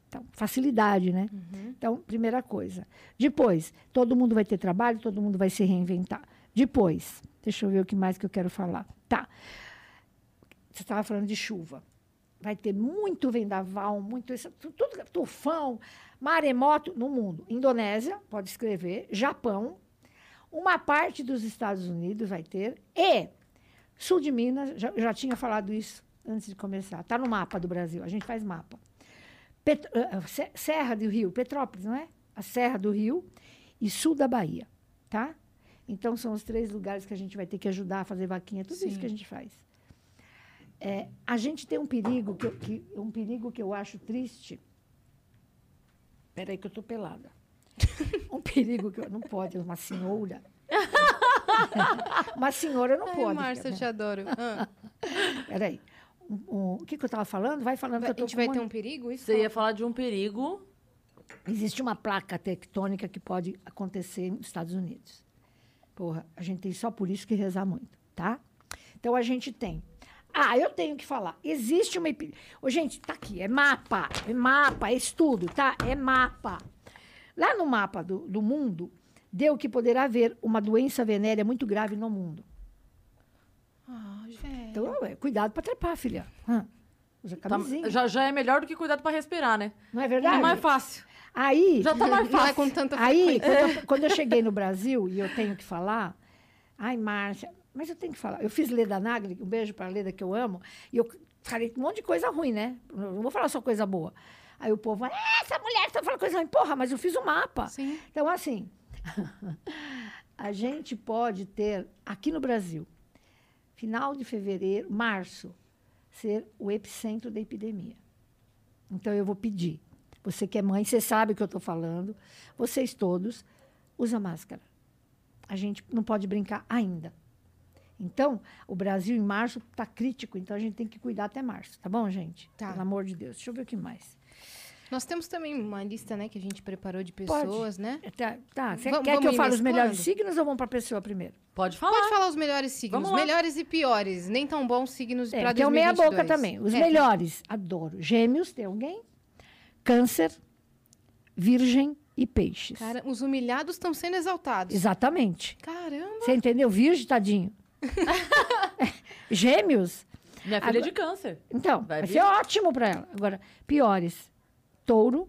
Então, facilidade, né? Então, primeira coisa. Depois, todo mundo vai ter trabalho, todo mundo vai se reinventar. Depois, deixa eu ver o que mais que eu quero falar. Tá. Você estava falando de chuva. Vai ter muito vendaval, muito isso, tu- tudo, tufão, maremoto no mundo. Indonésia, pode escrever, Japão, uma parte dos Estados Unidos vai ter, e sul de Minas, já, já tinha falado isso antes de começar, está no mapa do Brasil, a gente faz mapa. Pet- ah, ah, Se- Serra do Rio, Petrópolis, não é? A Serra do Rio e sul da Bahia, tá? Então, são os três lugares que a gente vai ter que ajudar a fazer vaquinha, tudo isso que a gente faz. É, a gente tem um perigo que, eu- que- um perigo que eu acho triste. Peraí que eu tô pelada. Um perigo que eu não pode, uma senhora. uma senhora não
Ai,
pode. né?
Márcia, eu te adoro. Ah,
Então, Peraí. Um- um- o que, que eu estava falando? Vai falando que
a
eu tô
gente
com
vai
uma-
ter um perigo? Isso?
Você ia falar de um perigo.
Existe uma placa tectônica que pode acontecer nos Estados Unidos. Porra, a gente tem só por isso que rezar muito, tá? Então a gente tem. Ah, eu tenho que falar. Existe uma epidemia. gente, tá aqui, é mapa, é mapa, é estudo, tá? É mapa. Lá no mapa do, do mundo, deu que poderá haver uma doença venérea muito grave no mundo.
Ah, gente.
Então, ué, cuidado para trepar, filha. Hã? Usa
Tá-
camisinha.
já, já é melhor do que cuidado pra respirar, né?
Não é
É
verdade?
mais fácil.
Aí.
Já tá mais
Não é
fácil.
com tanta É.
Aí, quando eu, quando eu cheguei no Brasil, e eu tenho que falar, ai, Márcia, mas eu tenho que falar. Eu fiz Leda Nagli, um beijo para Leda, que eu amo, e eu falei um monte de coisa ruim, né? Não vou falar só coisa boa. Aí o povo, "Ah, essa mulher tá falando coisa ruim. Porra, mas eu fiz o mapa.
Sim.
Então, assim, a gente pode ter, aqui no Brasil, final de fevereiro, março, ser o epicentro da epidemia. Então, eu vou pedir. Você que é mãe, você sabe o que eu estou falando. Vocês todos, usa máscara. A gente não pode brincar ainda. Então, o Brasil em março está crítico, então a gente tem que cuidar até março, tá bom, gente?
Tá.
Pelo amor de Deus. Deixa eu ver o que mais.
Nós temos também uma lista, né, que a gente preparou de
Pode.
pessoas, né?
Tá, tá. Você
Vamos-
quer
vamos
que eu
ir
fale os melhores
mesclando?
signos ou vamos para a pessoa primeiro?
Pode falar.
Pode falar os melhores signos,
Vamos lá.
melhores e piores, nem tão bons signos
É,
para
tem o
2022.
meia boca também. Os
É.
melhores, adoro. Gêmeos, tem alguém? Câncer, virgem e peixes.
Cara, os humilhados estão sendo exaltados.
Exatamente.
Caramba.
Você entendeu? Virgem, tadinho. É. Gêmeos?
Minha filha é de câncer.
Então, vai,
Vai
ser ótimo para ela. Agora, piores: touro,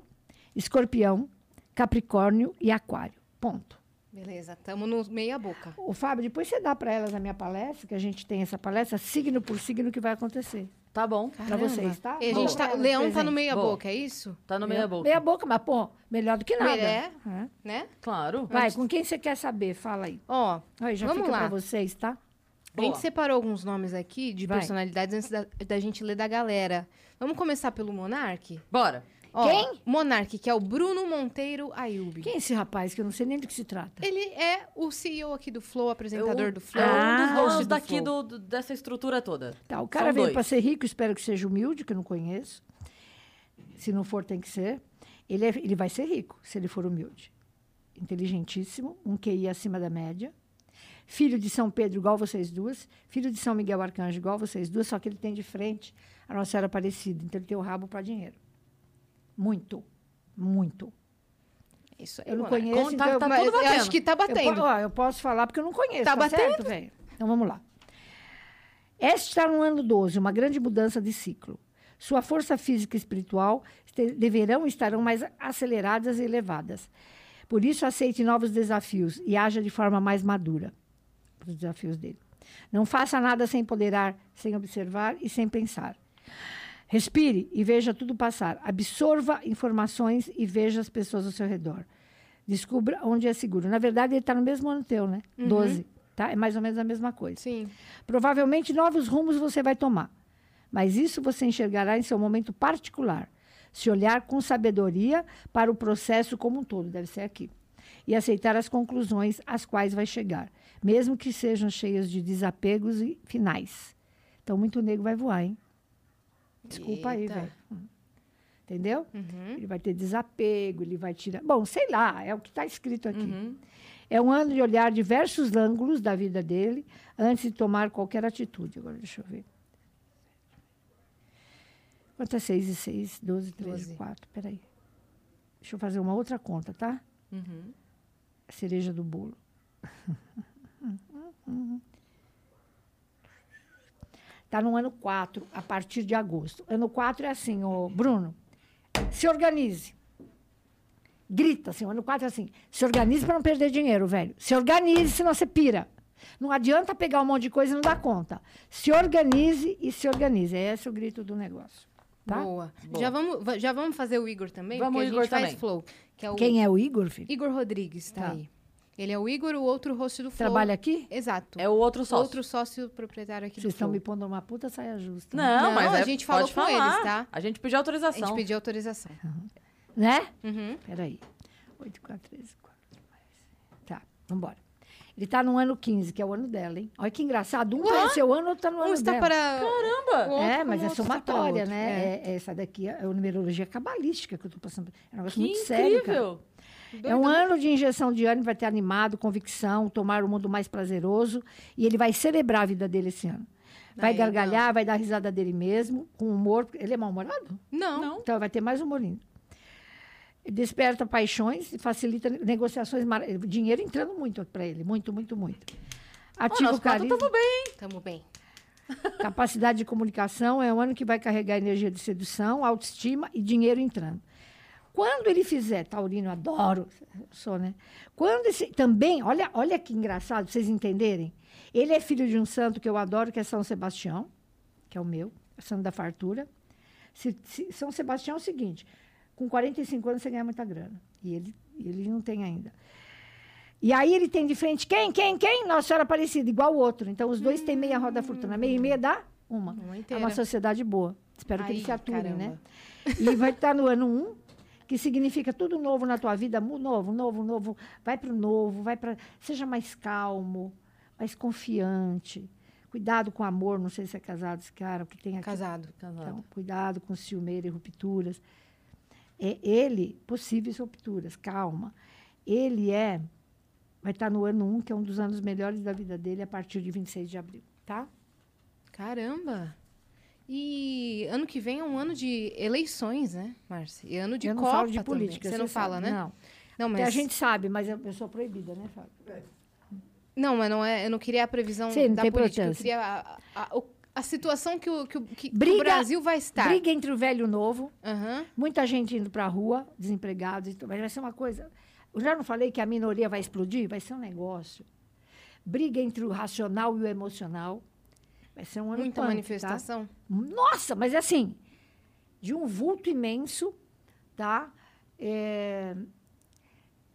escorpião, capricórnio e aquário. Ponto.
Beleza, tamo no meia boca.
O Fábio, depois você dá para elas a minha palestra, que a gente tem essa palestra, signo por signo que vai acontecer.
Tá bom.
Pra vocês, tá?
E a gente tá,
Boa.
Leão tá no meio da
Boa.
boca, é isso?
Tá no meio da boca.
Meia boca, mas, pô, melhor do que nada.
É.
É.
Né?
Claro.
Vai, com quem você quer saber? Fala aí.
Ó,
Aí já
Vamos
fica
lá.
pra vocês, tá?
a gente
Boa.
separou alguns nomes aqui de
Vai.
personalidades antes da, da gente ler da galera. Vamos começar pelo Monark?
Bora.
Ó,
Quem?
Monark, que é o Bruno Monteiro Ayub.
Quem é esse rapaz que eu não sei nem do que se trata?
Ele é o CEO aqui do Flow, apresentador
Eu-
do Flow.
Ah,
um dos donos
host do
daqui do,
Flow.
do- dessa estrutura toda.
Tá, o cara
São
veio
dois.
pra ser rico, espero que seja humilde, que eu não conheço. Se não for, tem que ser. Ele, é- ele vai ser rico, se ele for humilde. Inteligentíssimo, um QI acima da média. Filho de São Pedro, igual vocês duas. Filho de São Miguel Arcanjo, igual vocês duas. Só que ele tem de frente a Nossa Senhora Aparecida. Então, ele tem o rabo para dinheiro. Muito. Muito.
Isso aí,
Eu não
Monark.
conheço,
Conta-
então eu
tá
Mas
tudo
eu
batendo.
acho que tá
Eu, po-
batendo.
ó, eu posso falar porque eu não conheço.
Tá
Tá, certo, velho? Então vamos lá. Este está no ano 12, uma grande mudança de ciclo. Sua força física e espiritual este- deverão e estarão mais aceleradas e elevadas. Por isso, aceite novos desafios e haja de forma mais madura para os desafios dele. Não faça nada sem ponderar, sem observar e sem pensar. Respire e veja tudo passar. Absorva informações e veja as pessoas ao seu redor. Descubra onde é seguro. Na verdade, ele está no mesmo ano teu, né? 12. Tá? É mais ou menos a mesma coisa.
Sim.
Provavelmente novos rumos você vai tomar. Mas isso você enxergará em seu momento particular. Se olhar com sabedoria para o processo como um todo, deve ser aqui. E aceitar as conclusões às quais vai chegar, mesmo que sejam cheias de desapegos e finais. Então, muito nego vai voar, hein? Desculpa aí,
Eita.
velho. Hum. Entendeu? Ele vai ter desapego, ele vai tirar. Bom, sei lá, é o que está escrito aqui. É um ano de olhar diversos ângulos da vida dele antes de tomar qualquer atitude. Agora, deixa eu ver. Quanto é 6 e 6? 12, 13,
Doze.
4. Peraí. Deixa eu fazer uma outra conta, tá? Cereja do bolo. Está Tá no ano 4, a partir de agosto. Ano 4 é assim, ô Bruno, se organize. Grita assim, o ano 4 é assim, se organize para não perder dinheiro, velho. Se organize, senão você pira. Não adianta pegar um monte de coisa e não dar conta. Se organize e se organize. É esse o grito do negócio. Tá?
Boa.
Boa.
Já, vamos, va- já vamos fazer o Igor também?
Vamos,
porque a
Igor
gente
também.
faz Flow. Que é o
Quem é o Igor, filho?
Igor Rodrigues, tá,
Tá.
aí. Ele é o Igor, o outro rosto do Flow.
Trabalha aqui?
Exato.
É o outro sócio.
Outro sócio proprietário aqui
Vocês
do
estão
Flow.
me pondo uma puta saia justa. né?
Não,
Não,
mas
a
é-
gente
pode
falou com
falar.
eles, tá?
A gente pediu
A gente
autorização.
pediu autorização.
Né?
Uhum.
Peraí. 8, 4, 13, 4, mais. Tá, vambora. Ele tá no ano 15, que é o ano dela, hein? Olha que engraçado. Um conheceu o ano, outro tá no ano
Um está
dela.
para...
Caramba!
o outro,
É,
como
mas
o
é
outro está para
somatória,
outro.
né? É- é essa daqui é a numerologia cabalística que eu tô passando. É um negócio
Que
muito sério, cara.
incrível!
É um ano de injeção de ânimo, vai ter animado, convicção, tomar o mundo mais prazeroso e ele vai celebrar a vida dele esse ano. Vai
Aí,
gargalhar, vai dar risada dele mesmo, com humor. porque Ele é mal-humorado?
Não.
Não.
Então vai ter mais humor ainda. Desperta paixões e facilita negociações. Mar... Dinheiro entrando muito para ele, muito, muito, muito.
Ó,
Ativa o
nós quatro
carisma.
estamos bem.
Tamo bem.
Capacidade de comunicação é um ano que vai carregar energia de sedução, autoestima e dinheiro entrando. Quando ele fizer, Taurino, adoro, sou, né? Quando esse, também, olha, olha que engraçado, pra vocês entenderem. Ele é filho de um santo que eu adoro, que é São Sebastião, que é o meu, é santo da fartura. Se- se- São Sebastião é o seguinte, com 45 anos você ganha muita grana. E ele, ele não tem ainda. E aí ele tem de frente quem, quem, quem? Nossa Senhora Aparecida, igual o outro. Então os dois têm meia roda da fortuna. Meia e meia dá uma.
Uma
É
inteira.
uma sociedade boa. Espero que
Aí,
eles se aturem, né?
caramba.
E vai estar no ano 1, que significa tudo novo na tua vida, mu- novo, novo, novo. Vai para o novo, vai para. Seja mais calmo, mais confiante. Cuidado com amor, não sei se é casado esse cara, o que tem aqui.
Casado.
Então, cuidado com ciumeira e rupturas. É ele, possíveis rupturas, calma. Ele é, vai estar no ano 1, que é um dos anos melhores da vida dele, a partir de 26 de abril, tá?
Caramba. E ano que vem é um ano de eleições, né, Márcia? E ano de
eu não
Copa
falo de
também.
política.
Você não
sabe.
fala, né?
Não.
Não,
Até A gente sabe, mas eu, eu sou proibida, né, Fábio?
Não, mas não é, eu não queria a previsão
Sim, não
da
tem
política. Eu
importância.
queria a, a- a- o- a situação que o, que o- que
Briga-
o Brasil vai estar.
Briga entre o velho e o novo,
Aham.
muita gente indo para a rua, desempregados, e tudo, mas vai ser uma coisa. Eu já não falei que a minoria vai explodir? Vai ser um negócio. Briga entre o racional e o emocional. Vai ser um ano
Muita
punk, tá?
manifestação.
Nossa, mas assim, de um vulto imenso, tá? É,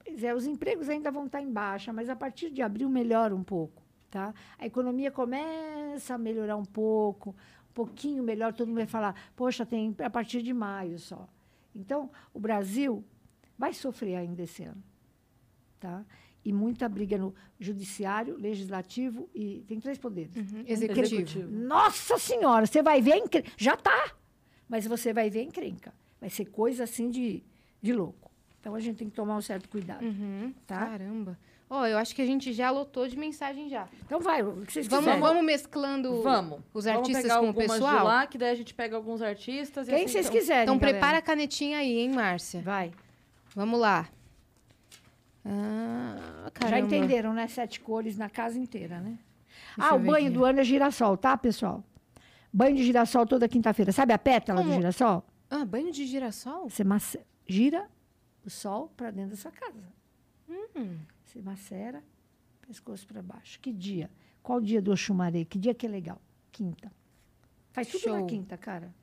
pois é, os empregos ainda vão estar em baixa, mas a partir de abril melhora um pouco, tá? A economia começa a melhorar um pouco, um pouquinho melhor, todo mundo vai falar, poxa, tem a partir de maio só. Então, o Brasil vai sofrer ainda esse ano, tá? E muita briga no judiciário, legislativo e tem três poderes.
Uhum. Executivo.
Nossa Senhora, você vai ver a encrenca. Já tá. Mas você vai ver a encrenca. Vai ser coisa assim de, de louco. Então a gente tem que tomar um certo cuidado.
Uhum.
Tá?
Caramba. Ó, eu acho que a gente já lotou de mensagem já.
Então vai, o que vocês
Vamos,
quiserem.
vamos mesclando
Vamos.
Tipo, os
Vamos
artistas
pegar
com o
algumas De
pessoal?
lá, que daí a gente pega alguns artistas. e
Quem
assim,
vocês
então-
quiserem.
Então
galera.
prepara a canetinha aí, hein, Márcia?
Vai.
Vamos lá. Ah,
Já
caramba.
entenderam, né? Sete cores na casa inteira, né?
Deixa
ah,
eu
o
ver
banho
aqui.
do ano é girassol, tá, pessoal? Banho de girassol toda quinta-feira. Sabe a pétala do
Como?
girassol?
Ah, banho de girassol?
Você mace- gira o sol para dentro da sua casa.
Hum.
Você macera, pescoço para baixo. Que dia? Qual dia do Oxumaré? Que dia que é legal? Quinta. Faz tudo na
Show.
quinta, cara.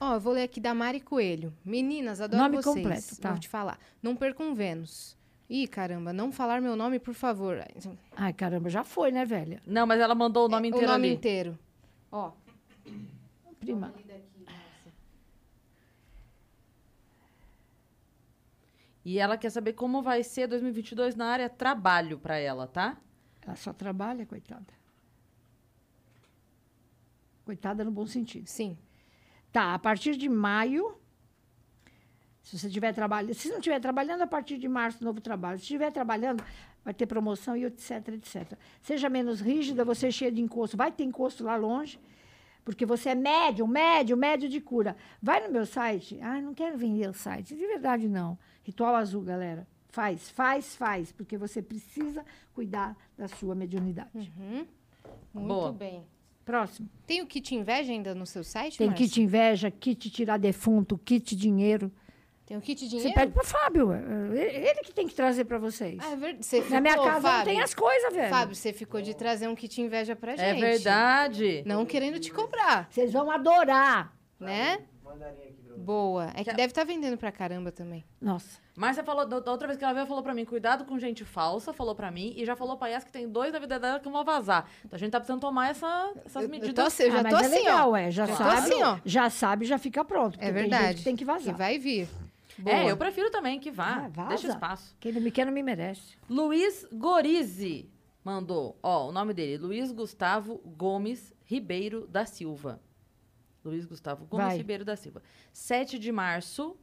Ó, eu vou ler aqui da Mari Coelho. Meninas, adoro
Nome
vocês.
completo, tá.
Vou te falar. Não percam Vênus. Ih, caramba, não falar meu nome, por favor.
Ai, caramba, já foi, né, velha?
Não, mas ela mandou o nome
É,
inteiro
o nome
ali.
inteiro. Ó,
Prima.
E ela quer saber como vai ser 2022 na área trabalho pra ela, tá?
Ela só trabalha, coitada. Coitada no bom sentido.
sim.
Tá, a partir de maio, se você tiver trabalhando, se não estiver trabalhando, a partir de março, novo trabalho. Se estiver trabalhando, vai ter promoção e etc, etc. Seja menos rígida, você é cheia de encosto. Vai ter encosto lá longe, porque você é médio, médio, médio de cura. Vai no meu site. Ah, não quero vender o site. De verdade, não. Ritual azul, galera. Faz, faz, faz, porque você precisa cuidar da sua mediunidade.
Muito
Boa.
bem.
Próximo.
Tem o kit inveja ainda no seu site,
Tem
Márcia?
kit inveja, kit tirar defunto, kit dinheiro.
Tem o kit
Você
dinheiro?
pede pro Fábio. é, Ele ele que tem que trazer pra vocês.
Ah, é verdade. Você
Na minha
ficou,
casa não
Fábio.
tem as coisas, velho.
Fábio, você ficou de trazer um kit inveja pra gente.
É verdade.
Não querendo te cobrar,
Vocês vão adorar.
né? Boa. É que deve estar vendendo pra caramba também.
Nossa.
Márcia falou, da da outra vez que ela veio, ela falou pra mim, cuidado com gente falsa, falou pra mim, e já falou pra Yas que tem dois na vida dela que vão vazar. Então a gente tá precisando tomar essa- essas
Eu- Eu,
medidas.
tô, assim, eu já
Ah, mas
tô
é
assim,
legal,
ó.
é. Já
Já tô
sabe.
assim, ó.
Já sabe, já fica pronto. porque
É
Tem
verdade.
gente que tem que vazar.
Que vai vir. Boa.
É, eu prefiro também que vá.
Ah, vaza.
Deixa espaço.
Quem não me quer não me merece.
Luiz Gorize mandou, ó, o nome dele, Luiz Gustavo Gomes Ribeiro da Silva. Luiz Gustavo Gomes
Vai.
Ribeiro da Silva. 7 de março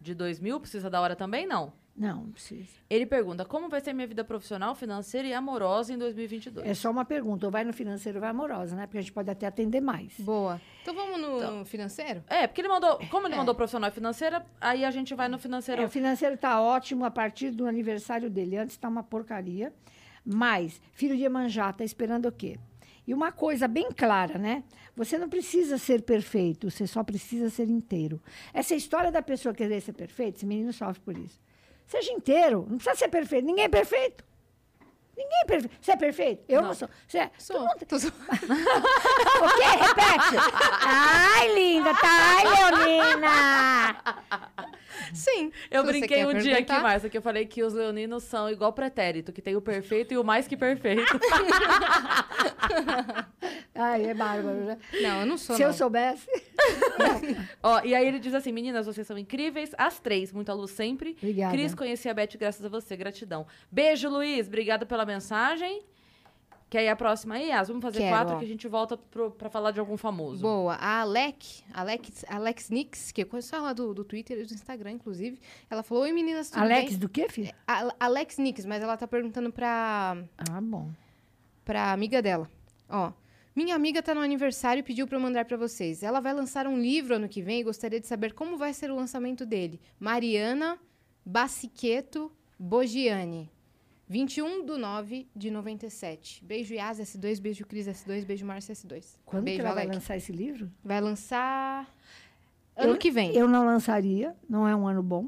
de 2000, precisa da hora também? Não.
Não, não precisa.
Ele pergunta, como vai ser minha vida profissional, financeira e amorosa em 2022?
É só uma pergunta. Ou vai no financeiro ou vai amorosa, né? Porque a gente pode até atender mais.
Boa. Então vamos no financeiro?
É, porque ele mandou. Como ele
É.
mandou profissional e financeira, aí a gente vai no financeiro.
É, o financeiro tá ótimo a partir do aniversário dele. Antes tá uma porcaria. Mas, filho de Emanjá, tá esperando o quê? E uma coisa bem clara, né? Você não precisa ser perfeito, você só precisa ser inteiro. Essa história da pessoa querer ser perfeito, esse menino sofre por isso. Seja inteiro, não precisa ser perfeito. Ninguém é perfeito. Ninguém é perfeito. Você é perfeito? Eu não,
Não.
sou. Você é?
Sou. Tô zo-
O quê? Repete. Ai, linda. Tá, ai, Leonina.
Sim.
Eu
Se você
brinquei
quer
um dia aqui,
perguntar.
Márcia, que eu falei que os leoninos são igual pretérito, que tem o perfeito e o mais que perfeito.
Ai, é bárbaro, né?
Não, eu não sou,
Se
não.
eu soubesse.
Ó, e aí ele diz assim: meninas, vocês são incríveis, as três, muita luz sempre.
Obrigada.
Cris, conheci a Beth graças a você, gratidão. Beijo, Luiz, obrigada pela mensagem. Que aí a próxima aí, Yas, vamos fazer
Quero,
quatro
ó.
que a gente volta pro, pra falar de algum famoso.
Boa. A Alec, Alex, Alex Nix, que eu conheço ela do, do Twitter e do Instagram, inclusive. Ela falou, oi meninas, tudo
Alex
bem?
do quê, filho?
A- Alex Nix, mas ela tá perguntando pra,
Ah, bom.
pra amiga dela. Ó. Minha amiga tá no aniversário e pediu pra eu mandar pra vocês. Ela vai lançar um livro ano que vem e gostaria de saber como vai ser o lançamento dele. Mariana Bassiqueto Bogiani. 21 do 9 de 97. Beijo Yas S2, beijo Cris S2, beijo Márcia S2.
Quando
beijo,
que ela
Alec.
vai lançar esse livro?
Vai lançar ano que vem.
Eu não lançaria, não é um ano bom.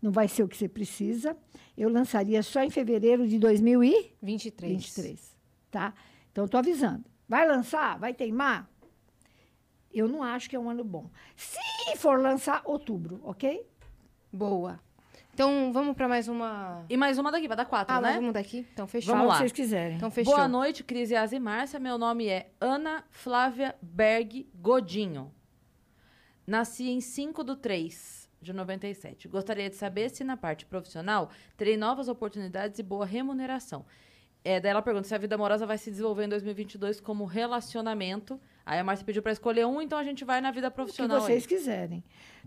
Não vai ser o que você precisa. Eu lançaria só em fevereiro de 2023.
23.
Tá? Então, estou avisando. Vai lançar? Vai teimar? Eu não acho que é um ano bom. Se for lançar, outubro, ok?
Boa. Então, vamos pra mais uma...
E mais uma daqui, vai dar quatro,
Ah,
né?
mas vamos daqui? Então, fechou.
Vamos
Fala o
lá.
que vocês quiserem.
Então, fechou.
Boa noite, Cris Yas e Márcia. Meu nome é Ana Flávia Berg Godinho. Nasci em 5 do 3 de 97. Gostaria de saber se na parte profissional terei novas oportunidades e boa remuneração. É, daí ela pergunta se a vida amorosa vai se desenvolver em 2022 como relacionamento. Aí a Márcia pediu para escolher um, então a gente vai na vida
o que
profissional. aí.
vocês quiserem.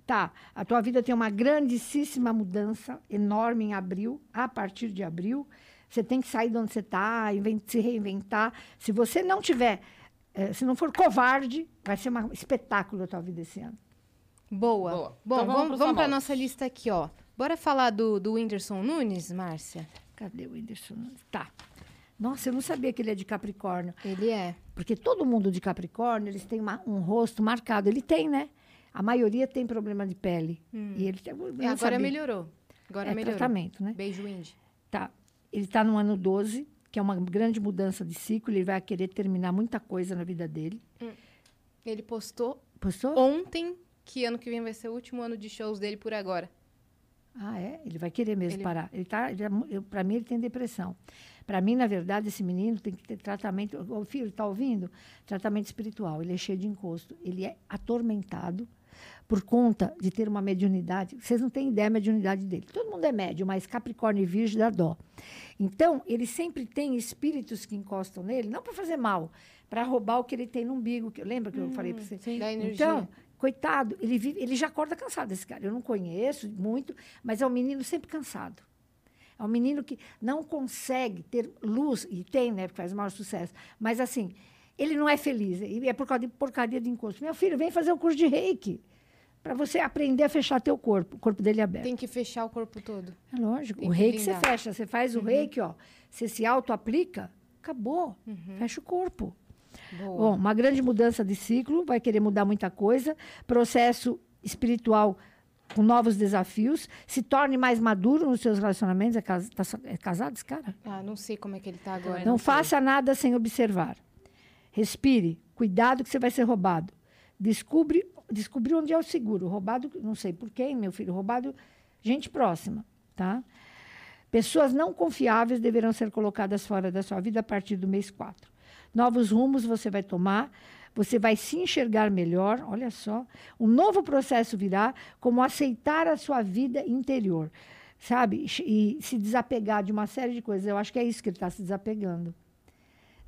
Tá, a tua vida tem uma grandíssima mudança, enorme em abril, a partir de abril. Você tem que sair de onde você está, se reinventar. Se você não tiver, eh, se não for covarde, vai ser um espetáculo a tua vida esse ano.
Boa.
Boa.
Bom,
Então, vamos
vamos,
pros
vamos pra
famosos.
nossa lista aqui, ó. Bora falar do, do Whindersson Nunes, Márcia?
Cadê o Whindersson? Tá. Nossa, eu não sabia que ele é de Capricórnio.
Ele é.
Porque todo mundo de Capricórnio, eles têm uma- um rosto marcado. Ele tem, né? A maioria tem problema de pele. E ele tem. eu não
Hum. É, Agora
sabia.
melhorou. Agora
é
melhorou.
tratamento, né?
Beijo, Windy.
Tá. Ele está no ano 12, que é uma grande mudança de ciclo. Ele vai querer terminar muita coisa na vida dele.
Ele postou
Postou?
ontem que ano que vem vai ser o último ano de shows dele por agora.
Ah, é? Ele vai querer mesmo
Ele-
parar. Ele tá, ele é mu- eu- pra mim, ele tem depressão. Pra mim, na verdade, esse menino tem que ter tratamento. O filho, tá ouvindo? Tratamento espiritual. Ele é cheio de encosto. Ele é atormentado por conta de ter uma mediunidade. Vocês não têm ideia da mediunidade dele. Todo mundo é médio, mas Capricórnio e Virgem dá dó. Então, ele sempre tem espíritos que encostam nele, não para fazer mal, para roubar o que ele tem no umbigo. Que, lembra que eu falei para você?
Da energia.
Então, coitado, ele, vive, ele já acorda cansado, esse cara. Eu não conheço muito, mas é um menino sempre cansado. É um menino que não consegue ter luz, e tem, né, porque faz o maior sucesso, mas assim, ele não é feliz, e é por causa de porcaria de encosto. Meu filho, vem fazer o curso de reiki, para você aprender a fechar teu corpo, o corpo dele é aberto.
Tem que fechar o corpo todo.
É lógico.
Tem
o
que Uhum.
reiki você
blindar.
fecha. Você faz o reiki, ó. Você se auto-aplica, acabou.
Uhum.
Fecha o corpo.
Boa.
Bom, uma grande mudança de ciclo, vai querer mudar muita coisa. Processo espiritual com novos desafios. Se torne mais maduro nos seus relacionamentos. É, cas- tá so- é casado esse cara?
Ah, não sei como é que ele tá agora.
Não
não
faça nada sem observar. Respire. Cuidado que você vai ser roubado. Descobre, descobri onde é o seguro. Roubado, não sei por quem, meu filho. Roubado, gente próxima, tá? Pessoas não confiáveis deverão ser colocadas fora da sua vida a partir do mês 4. Novos rumos você vai tomar, você vai se enxergar melhor, olha só. Um novo processo virá, como aceitar a sua vida interior, sabe? E se desapegar de uma série de coisas. Eu acho que é isso que ele está se desapegando.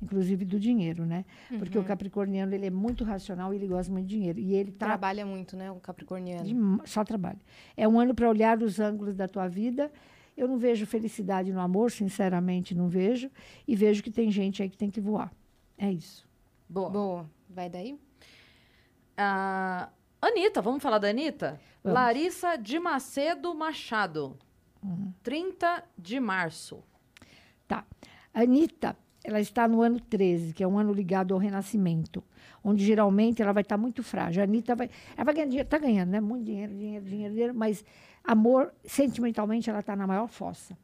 Inclusive do dinheiro, né? Porque o capricorniano, ele é muito racional e ele gosta muito de dinheiro. E ele tá está
Trabalha muito, né, o capricorniano.
Dem- Só trabalho. É um ano para olhar os ângulos da tua vida. Eu não vejo felicidade no amor, sinceramente, não vejo. E vejo que tem gente aí que tem que voar. É isso.
Boa.
Boa. Vai daí?
Ah, Anitta, vamos falar da Anitta?
Vamos.
Larissa de Macedo Machado.
Uhum.
30 de março.
Tá. A Anitta, ela está no ano 13, que é um ano ligado ao renascimento, onde geralmente ela vai estar muito frágil. A Anitta vai, ela vai ganhar dinheiro, está ganhando, né? Muito dinheiro, dinheiro, dinheiro, dinheiro, mas amor, sentimentalmente, ela está na maior fossa,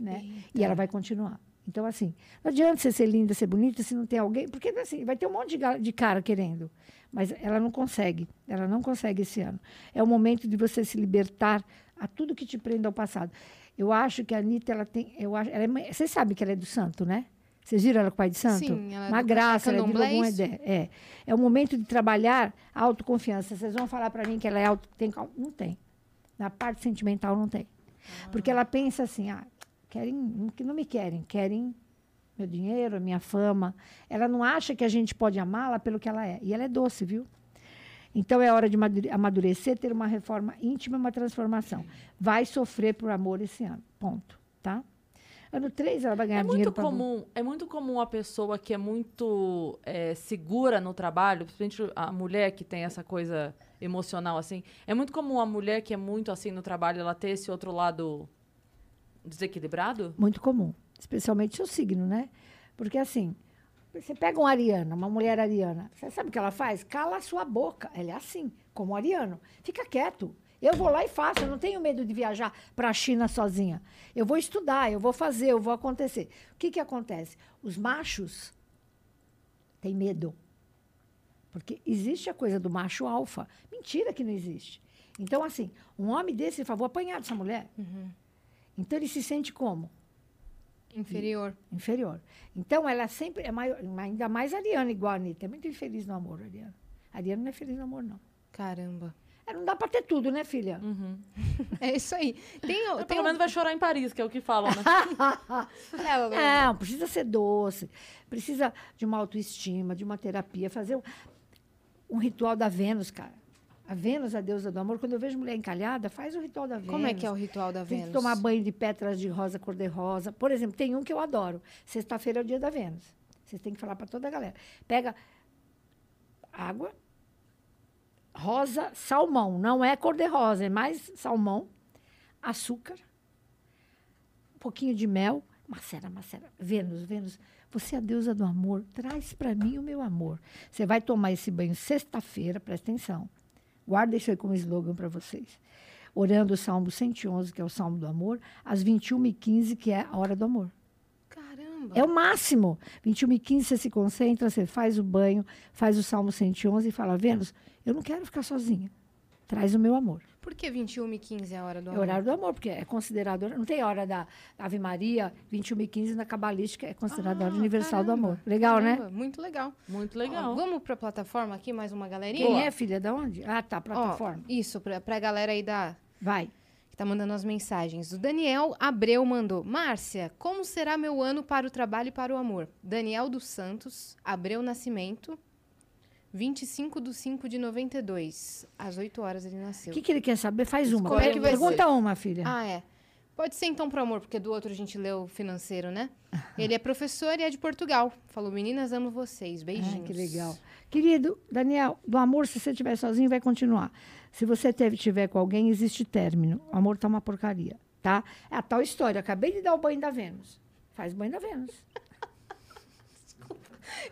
né? E ela vai continuar. Então, assim, não adianta você ser linda, ser bonita, se não tem alguém, porque assim, vai ter um monte de ga- de cara querendo, mas ela não consegue, ela não consegue esse ano. É o momento de você se libertar a tudo que te prende ao passado. Eu acho que a Anitta, ela tem. Eu acho, ela é mãe- vocês sabem que ela é do santo, né? Vocês viram ela com o pai de santo?
Sim, ela é
Uma
do
graça, ela é de
candomblé,
alguma
isso?
ideia. É. é o momento de trabalhar a autoconfiança. Vocês vão falar para mim que ela é auto, tem, cal- não tem. Na parte sentimental não tem.
Ah.
Porque ela pensa assim, ah, querem, não- que não me querem, querem meu dinheiro, a minha fama. Ela não acha que a gente pode amá-la pelo que ela é. E ela é doce, viu? Então é hora de madure- amadurecer, ter uma reforma íntima, uma transformação. Vai sofrer por amor esse ano. Ponto, tá? Ano 3 ela vai ganhar
É
dinheiro
muito
pra
comum, é muito comum a pessoa que é muito é, segura no trabalho, principalmente a mulher que tem essa coisa emocional assim. É muito comum a mulher que é muito assim no trabalho ela ter esse outro lado desequilibrado?
Muito comum. Especialmente seu signo, né? Porque assim, você pega um ariano, uma mulher ariana, você sabe o que ela faz? Cala a sua boca. Ela é assim, como o ariano. Fica quieto. Eu vou lá e faço, eu não tenho medo de viajar para a China sozinha. Eu vou estudar, eu vou fazer, eu vou acontecer. O que, que acontece? Os machos tem medo. Porque existe a coisa do macho alfa. Mentira que não existe. Então, assim, um homem desse, ele fala, vou apanhar dessa mulher. Então, ele se sente como?
Inferior.
Inferior. Então, ela sempre é maior, ainda mais a Ariana, igual a Anitta. É muito infeliz no amor, Ariana. A Ariana não é feliz no amor, não.
Caramba.
É, não dá pra ter tudo, né, filha?
Uhum. É isso aí. Tem, o-
Mas
tem
pelo
o-
menos vai chorar em Paris, que é o que falam, né?
Ela-
Não, precisa ser doce, precisa de uma autoestima, de uma terapia, fazer um, um ritual da Vênus, cara. A Vênus, a deusa do amor, quando eu vejo mulher encalhada, faz o ritual da Vênus.
Como é que é o ritual da
Tem
Vênus?
que tomar banho de pétalas de rosa, cor de rosa. Por exemplo, tem um que eu adoro. Sexta-feira é o dia da Vênus. Vocês têm que falar para toda a galera. Pega água, rosa, salmão. Não é cor de rosa, é mais salmão, açúcar, um pouquinho de mel. Macera, macera. Vênus, Vênus, você é a deusa do amor. Traz para mim o meu amor. Você vai tomar esse banho sexta-feira, presta atenção. Guarda isso aí como slogan para vocês. Orando o Salmo 111, que é o Salmo do Amor, às 21h15, que é a hora do amor.
Caramba.
É o máximo. 21 e 15 você se concentra, você faz o banho, faz o Salmo 111 e fala, Vênus, eu não quero ficar sozinha. Traz o meu amor.
Por que 21 e 15 é a hora do
É
amor?
o horário do amor, porque é considerado... Não tem hora da Ave Maria, 21 e 15 na cabalística, é considerada a hora
Ah,
universal do
caramba,
amor. Legal, né?
caramba, Muito legal.
Muito
Ó,
legal.
vamos pra plataforma aqui, mais uma galerinha?
Quem é, filha? Da onde? Ah, tá,
Ó,
plataforma.
isso, pra, pra galera aí da,
Vai.
que tá mandando as mensagens. O Daniel Abreu mandou: Márcia, como será meu ano para o trabalho e para o amor? Daniel dos Santos, Abreu Nascimento, 25 de 5 de 92. Às 8 horas ele
O
nasceu.
que, que ele quer saber? Faz uma.
Como é que vai
Pergunta
ser?
uma, filha.
Ah, é. Pode ser então pro amor, porque do outro a gente leu financeiro, né? Ele é professor e é de Portugal. Falou: Meninas, amo vocês. Beijinhos.
Ai, que legal. Querido, Daniel, do amor, se você estiver sozinho, vai continuar. Se você teve, tiver com alguém, existe término. O amor tá uma porcaria, tá? É a tal história. Acabei de dar o banho da Vênus. Faz banho da Vênus.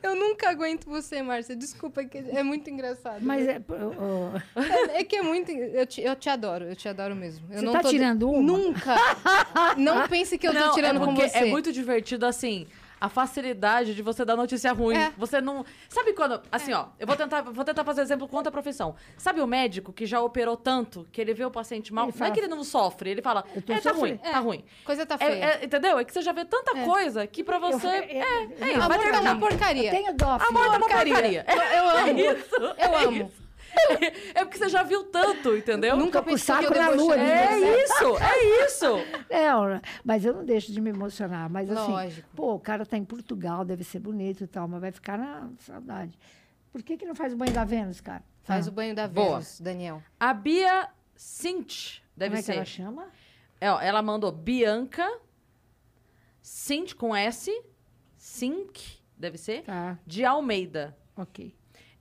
Eu nunca aguento você, Márcia. Desculpa, é que é muito engraçado.
Mas é. ô, ô,
É, é que é muito. Eu te, eu te adoro, eu te adoro mesmo. Eu
Você
não
tá
tô
tirando uma?
Nunca! Não pense que eu
Não,
tô tirando
é
com
porque
você.
É muito divertido, assim, a facilidade de você dar notícia ruim.
É.
Você não. Sabe quando. Assim, ó, eu vou tentar, vou tentar fazer exemplo contra a profissão. Sabe o médico que já operou tanto que ele vê o paciente mal?
Ele
Não
fala,
é que ele não sofre, ele fala,
"Eu tô
é, tá ruim,
sofrendo."
tá ruim.
Coisa tá
É,
feia.
é, entendeu? É que você já vê tanta coisa que pra você.
eu-
é,
eu-
é,
não,
vai
Amor tá
terminar.
uma porcaria.
Eu tenho dó.
Amor
filha.
tá uma porcaria.
Eu, eu amo. eu amo.
É porque você já viu tanto, entendeu?
Nunca
Tô com o
pensei que eu
é um saco na lua,
debochei de
né?
É
você.
isso, é isso.
Não, mas eu não deixo de me emocionar. Mas assim,
Lógico.
pô, o cara tá em Portugal, deve ser bonito e tal, mas vai ficar na saudade. Por que, que não faz o banho da Vênus, cara?
Faz
Ah,
o banho da
Boa.
Vênus, Daniel.
A Bia Sint, deve
Como é
ser.
que ela chama?
É, ó, ela mandou Bianca, Sint com S, Sink, deve ser,
Tá,
de Almeida.
ok.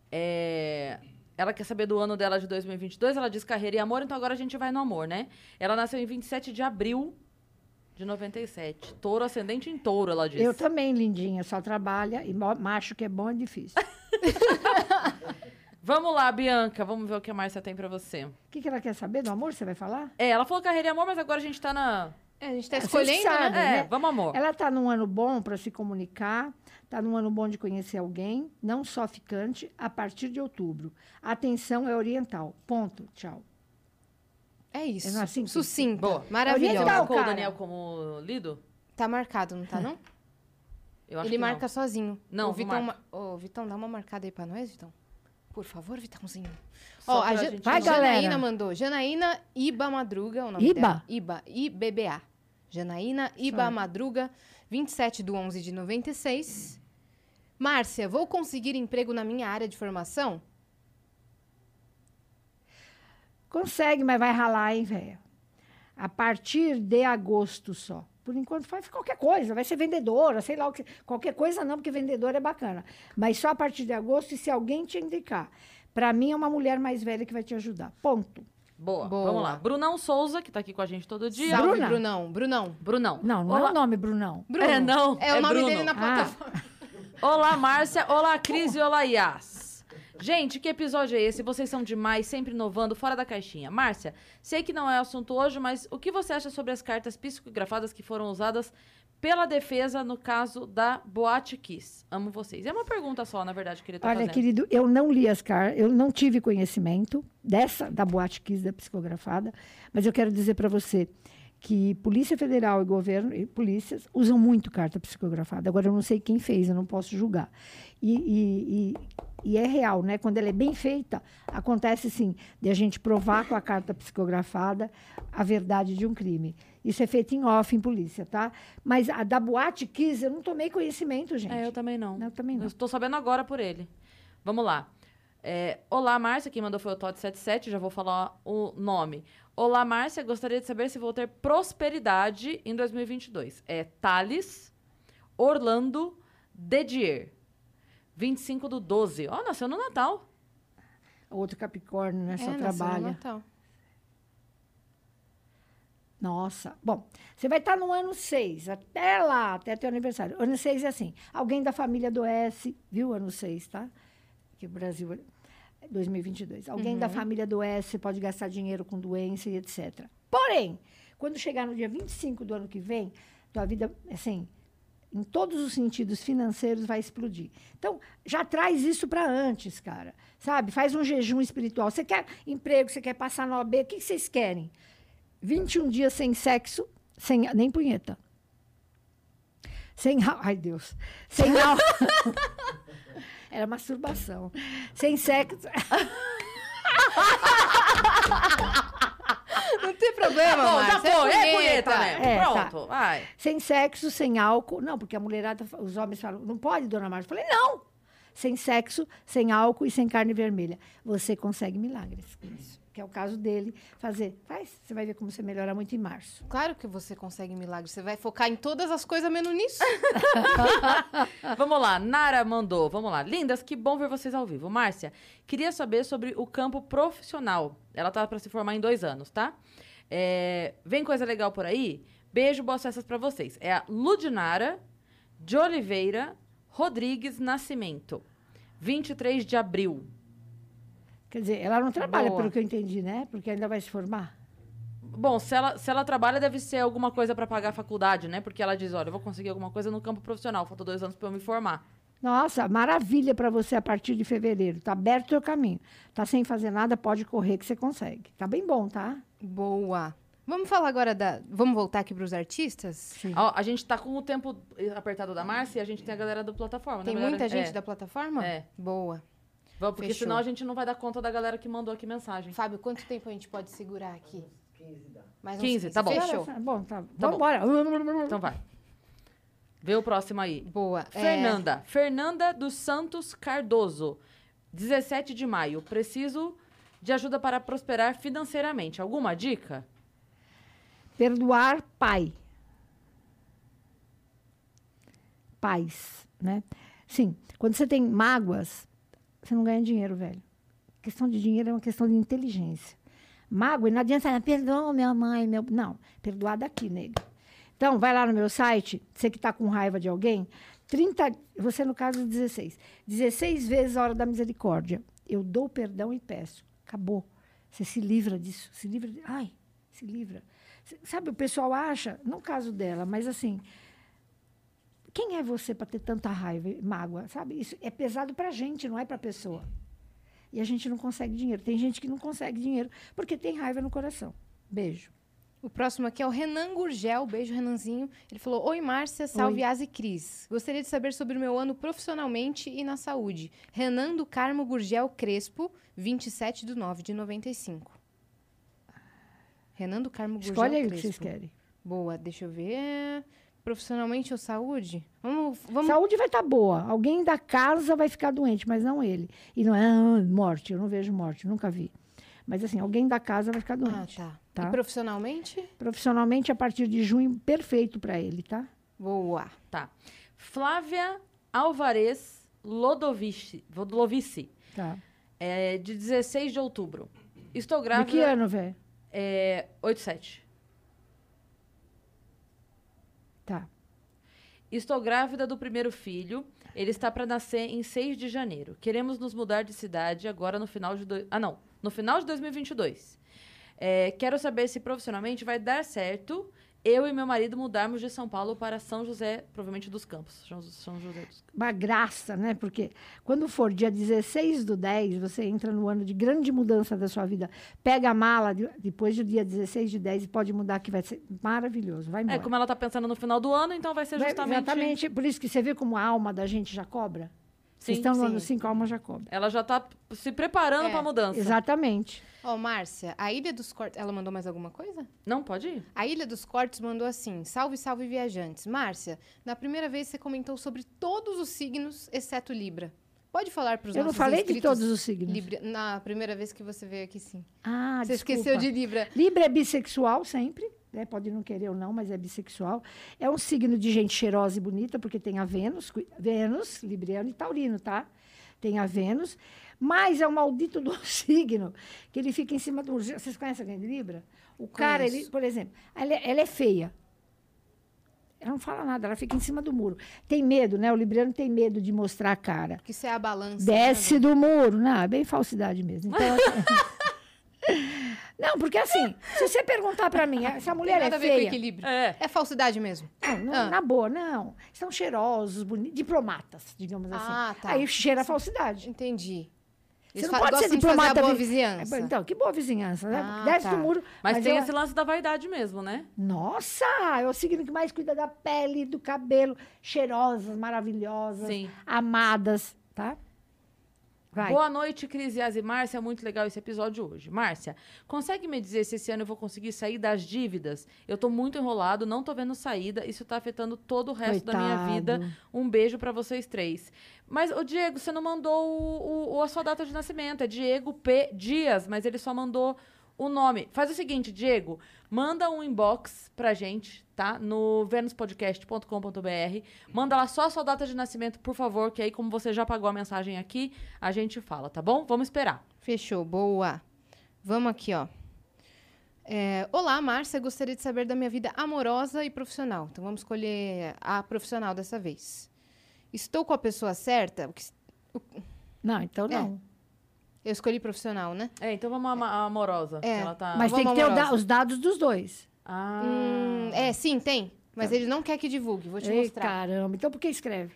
É, Ela quer saber do ano dela de 2022, ela diz carreira e amor, então agora a gente vai no amor, né? Ela nasceu em 27 de abril de 97. Touro, ascendente em touro, ela diz.
Eu também, lindinha, só trabalha e mo- macho que é bom é difícil.
Vamos lá, Bianca, vamos ver o que a Márcia tem pra você.
O que, que ela quer saber do amor? Você vai falar?
É, ela falou carreira e amor, mas agora a gente tá na...
É, a gente tá
Vocês
escolhendo,
sabem,
né?
É,
né?
vamos amor.
Ela está num ano bom para se comunicar, está num ano bom de conhecer alguém, não só ficante, a partir de outubro. A atenção é oriental. Ponto. Tchau.
É isso.
Eu não assim que-
Sucinto.
Boa. Você
Oriental,
Maravilhoso.
marcou o
é cara.
Daniel como lido?
Tá marcado, não tá, não?
É. Eu acho
Ele
que não.
marca sozinho.
Não,
o
não
Vitão,
marca.
ma- Ô, Vitão, dá uma marcada aí pra nós, Vitão. Por favor, Vitãozinho.
Só
Ó, a
pra
Ja-
gente
Vai,
não-
galera.
Janaína mandou. Janaína Iba Madruga, é o nome
Iba?
dela. Iba? IBBA. Janaína Iba
um.
Certo.
Madruga, 27 de 11 de 96. Márcia, vou conseguir emprego na minha área de formação?
Consegue, mas vai ralar, hein, velho? A partir de agosto só. Por enquanto faz qualquer coisa, vai ser vendedora, sei lá o que. Qualquer coisa não, porque vendedora é bacana. Mas só a partir de agosto e se alguém te indicar. Para mim é uma mulher mais velha que vai te ajudar. Ponto.
Boa,
Boa.
vamos lá. Brunão Souza, que tá aqui com a gente todo dia.
Salve,
Bruna?
Brunão. Brunão.
Brunão.
Não, não é
Olá-
o nome, Brunão.
Bruno.
É, não,
É, o
é
nome
Bruno.
dele na
Ah.
plataforma.
Olá, Márcia. Olá, Cris e olá, Yas. Gente, que episódio é esse? Vocês são demais, sempre inovando, fora da caixinha. Márcia, sei que não é assunto hoje, mas o que você acha sobre as cartas psicografadas que foram usadas pela defesa no caso da Boate Kiss. Amo vocês. É uma pergunta só, na verdade, que ele tá
Olha,
fazendo.
querido, eu não li as cartas, eu não tive conhecimento dessa, da boate Kiss, da psicografada, mas eu quero dizer para você que Polícia Federal e governo, e polícias, usam muito carta psicografada. Agora, eu não sei quem fez, eu não posso julgar. E, e- e- e é real, né? Quando ela é bem feita, acontece, sim, de a gente provar com a carta psicografada a verdade de um crime. Isso é feito em off, em polícia, tá? Mas a da boate Kiss, eu não tomei conhecimento, gente.
É, eu também não.
Eu também não.
Eu tô sabendo agora por ele. Vamos lá. É, Olá, Márcia. Quem mandou foi o Todd77, já vou falar o nome. Olá, Márcia. Gostaria de saber se vou ter prosperidade em 2022. É Thales Orlando Dedier. 25 do 12. Ó, nasceu no Natal.
Outro Capricórnio,
É,
né? Só
nasceu no
trabalha.
Natal.
Nossa. Bom, você vai estar no ano 6, até lá, até teu aniversário. Ano 6 é assim, alguém da família do S, viu? Ano 6, tá? Que o Brasil... é 2022. Alguém da família do S pode gastar dinheiro com doença e etc. Porém, quando chegar no dia 25 do ano que vem, tua vida, assim, em todos os sentidos financeiros vai explodir. Então, já traz isso para antes, cara. Sabe? Faz um jejum espiritual. Você quer emprego, você quer passar no OAB, o que que vocês querem? 21 dias sem sexo, sem nem punheta. Sem ra- ai Deus, sem álcool. Era masturbação. Sem sexo,
Não tem problema,
Bom, tá
Márcia.
bom. É
bonita.
bonita, né?
É, tá.
Pronto, vai.
sem sexo, sem álcool. Não, porque a mulherada, fa- os homens falam, não pode, dona Márcia. Eu falei, não. Sem sexo, sem álcool e sem carne vermelha. Você consegue milagres. com isso. Que é o caso dele fazer. Faz, você vai ver como você melhora muito em março.
Claro que você consegue milagre. Você vai focar em todas as coisas menos nisso.
Vamos lá, Nara mandou. Vamos lá. Lindas, que bom ver vocês ao vivo. Márcia, queria saber sobre o campo profissional. Ela tá para se formar em dois anos, tá? É, vem coisa legal por aí? Beijo, boas festas para vocês. É a Ludinara de Oliveira Rodrigues Nascimento. 23 de abril.
Quer dizer, ela não trabalha,
Boa.
pelo que eu entendi, né? Porque ainda vai se formar.
Bom, se ela, se ela trabalha, deve ser alguma coisa para pagar a faculdade, né? Porque ela diz, olha, eu vou conseguir alguma coisa no campo profissional. Faltam dois anos para eu me formar.
Nossa, maravilha para você a partir de fevereiro. Tá aberto o teu caminho. Tá sem fazer nada, pode correr que você consegue. Tá bem bom, tá?
Boa. Vamos falar agora da. Vamos voltar aqui pros artistas?
Sim.
Ó, a gente tá com o tempo apertado da Márcia e a gente tem a galera da plataforma. né?
Tem
Galera-
muita gente
é.
da plataforma?
É.
Boa.
Vamos, porque
Fechou.
senão a gente não vai dar conta da galera que mandou aqui mensagem.
Fábio, quanto tempo a gente pode segurar aqui? 15 dá. Mais uns
15, tá bom.
Fechou.
Olha, Bom, tá.
bom.
Vambora.
Então vai. Vê o próximo aí.
Boa. É,
Fernanda. Fernanda dos Santos Cardoso. 17 de maio. Preciso de ajuda para prosperar financeiramente. Alguma dica?
Perdoar pai. Paz, né? Sim, quando você tem mágoas, você não ganha dinheiro, velho. Questão de dinheiro é uma questão de inteligência. Mágoa, e não adianta, ah, perdoa minha mãe, meu. Não, perdoar daqui, nego. Então, vai lá no meu site, você que está com raiva de alguém, 30, você no caso 16, 16 vezes a hora da misericórdia. Eu dou perdão e peço. Acabou. Você se livra disso, se livra. de- Ai, se livra. S- Sabe, o pessoal acha, não o caso dela, mas assim, quem é você para ter tanta raiva e mágoa, sabe? Isso é pesado para a gente, não é para a pessoa. E a gente não consegue dinheiro. Tem gente que não consegue dinheiro porque tem raiva no coração. Beijo.
O próximo aqui é o Renan Gurgel. Beijo, Renanzinho. Ele falou: Oi, Márcia, salve Asa e Cris. Gostaria de saber sobre o meu ano profissionalmente e na saúde. Renan do Carmo Gurgel Crespo, 27 de 9 de 95. Renan do Carmo Gurgel
Escolhe aí o que
Crespo.
vocês querem.
Boa, deixa eu ver. Profissionalmente ou saúde? Vamos. vamos...
Saúde vai estar boa. Alguém da casa vai ficar doente, mas não ele. E não é ah, morte, eu não vejo morte, nunca vi. Mas assim, alguém da casa vai ficar
Ah,
doente.
tá.
tá?
E profissionalmente?
Profissionalmente, a partir de junho, perfeito para ele, tá?
Boa.
Tá. Flávia Alvarez Lodovici. Lodovici
Tá.
é, de 16 de outubro. Estou
De
grávida.
que ano, velho?
É, 87.
Tá.
Estou grávida do primeiro filho. Ele está para nascer em 6 de janeiro. Queremos nos mudar de cidade agora no final de... doi- Ah, não. No final de 2022. É, quero saber se profissionalmente vai dar certo eu e meu marido mudarmos de São Paulo para São José, provavelmente dos Campos. São São José dos Campos.
Uma graça, né? Porque quando for dia 16 do 10, você entra no ano de grande mudança da sua vida. Pega a mala de- depois do dia 16 de 10 e pode mudar, que vai ser maravilhoso. Vai embora.
É, como ela tá pensando no final do ano, então vai ser
Vai-
justamente.
Né, Exatamente. Por isso que você vê como a alma da gente já cobra. Vocês
Sim,
estão no
sim.
ano 5, a alma já cobra.
Ela já tá se preparando
É,
pra mudança.
Exatamente.
Ó, Márcia, a Ilha dos Cortes. Ela mandou mais alguma coisa?
Não pode ir?
A Ilha dos Cortes mandou assim: salve, salve viajantes. Márcia, na primeira vez você comentou sobre todos os signos, exceto Libra. Pode falar para os
Eu não
nossos
falei de
inscritos
todos os signos.
Libra, na primeira vez que você veio aqui, sim.
Ah,
você
desculpa.
esqueceu de Libra.
Libra é bissexual sempre, né? pode não querer ou não, mas é bissexual. É um signo de gente cheirosa e bonita, porque tem a Vênus, cui- Vênus, Libriano e Taurino, tá? Tem a Vênus, mas é o maldito do signo, que ele fica em cima do. Vocês conhecem alguém de Libra? O cara, ele,
Conheço.
por exemplo, ela, é- ela é feia. Ela não fala nada, ela fica em cima do muro. Tem medo, né? O Libriano tem medo de mostrar a cara.
Porque isso é a balança.
Desce do muro. Não, é bem falsidade mesmo. Então, assim- não, porque assim, se você perguntar pra mim, essa
Não tem
mulher
nada
é
a ver com
feia.
equilíbrio.
É.
É falsidade mesmo.
Não, não,
Ah.
Na boa, não. São cheirosos, bonitos, diplomatas, digamos assim.
Ah, tá.
Aí cheira a falsidade. É
Entendi.
Você
Eles
não
fa-
pode ser
gostam de fazer a
diplomata.
boa
vi-
vizinhança.
Então, que boa vizinhança, né?
Ah,
Desce
tá.
do muro.
Mas, tem
eu-
esse lance da vaidade mesmo, né?
Nossa, é o signo que mais cuida da pele, do cabelo. Cheirosas, maravilhosas,
Sim.
amadas, tá? Vai.
Boa noite, Cris Yas e Márcia. Muito legal esse episódio hoje. Márcia, consegue me dizer se esse ano eu vou conseguir sair das dívidas? Eu tô muito enrolado, não tô vendo saída. Isso tá afetando todo o resto da minha
Coitado.
vida. Um beijo pra vocês três. Mas, ô Diego, você não mandou o, o- o- a sua data de nascimento. É Diego P. Dias, mas ele só mandou o nome. Faz o seguinte, Diego, manda um inbox pra gente, tá? No venuspodcast.com.br. Manda lá só a sua data de nascimento, por favor, que aí, como você já pagou a mensagem aqui, a gente fala, tá bom? Vamos esperar.
Fechou, boa. Vamos aqui, ó. É, Olá, Márcia. Gostaria de saber da minha vida amorosa e profissional. Então vamos escolher a profissional dessa vez. Estou com a pessoa certa? O que-
Não, então
É.
não.
Eu escolhi profissional, né?
É, então vamos ama- a amorosa. que
É,
Ela tá...
Mas tem
vamos
que ter o da-
amorosa.
os dados dos dois.
Ah, Tá.
Hum, é, sim, tem. Mas ele não quer que divulgue. Vou te
Ei,
mostrar.
caramba, então por que escreve?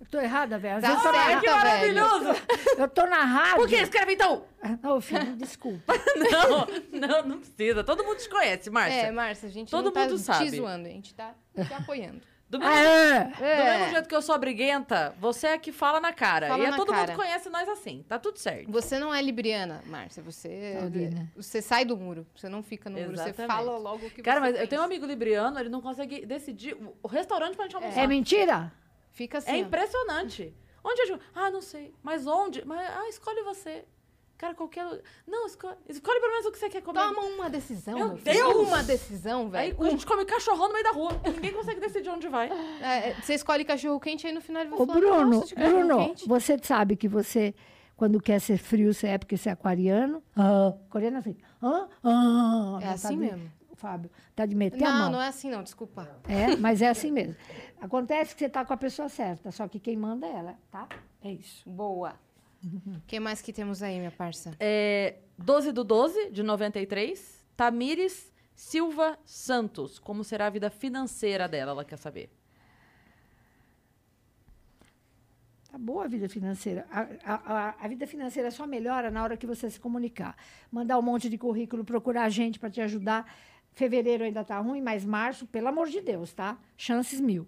eu tô errada, velho. Às
Tá
vezes eu tô na-
certa,
que maravilhoso!
Eu tô na rádio.
Por que escreve então?
Ah, Não, filho, desculpa.
Não, não, não precisa. Todo mundo te conhece, Márcia.
É, Márcia, a gente
Todo
não tá
mundo sabe.
te zoando, a gente tá te apoiando.
Do mesmo,
Ah,
É,
do mesmo jeito que eu sou briguenta, você é que fala na cara.
Fala
e é
na
todo
cara.
mundo conhece nós assim. Tá tudo certo.
Você não é libriana, Márcia. Você,
Taurina.
você sai do muro. Você não fica no muro. Você
Exatamente.
fala logo o que
Cara,
você
mas eu
pensa.
tenho um amigo libriano, ele não consegue decidir o- o restaurante pra gente almoçar.
é mentira?
Fica assim.
É
ó.
impressionante. Onde eu digo? Ah, não sei. Mas onde? Mas, ah, escolhe você. Cara, qualquer lugar. Não, escolhe, escolhe pelo menos o que você quer comer.
Toma uma decisão,
Meu
meu filho.
Deus!
Uma decisão,
Aí
velho.
a gente come cachorrão no meio da rua. Ninguém consegue decidir onde vai.
É, é, Você escolhe cachorro-quente, aí no final ele vai
Ô,
falar,
Bruno,
"Nossa, de
Bruno,
cachorro-quente."
você sabe que você, quando quer ser frio, você é porque você é aquariano? Ah, coreano é assim. Ah, ah,
É
tá
assim
de-
mesmo.
Fábio, tá de meter a mão.
Não, não é assim não, desculpa.
É, mas é assim mesmo. Acontece que você tá com a pessoa certa, só que quem manda é ela, tá? É isso.
Boa.
Uhum.
O que mais que temos aí, minha parça?
É, 12 do 12, de 93. Tamires Silva Santos. Como será a vida financeira dela? Ela quer saber.
Tá boa a vida financeira. A, a- a- a vida financeira só melhora na hora que você se comunicar. Mandar um monte de currículo, procurar gente para te ajudar. Fevereiro ainda tá ruim, mas março, pelo amor de Deus, tá? Chances mil.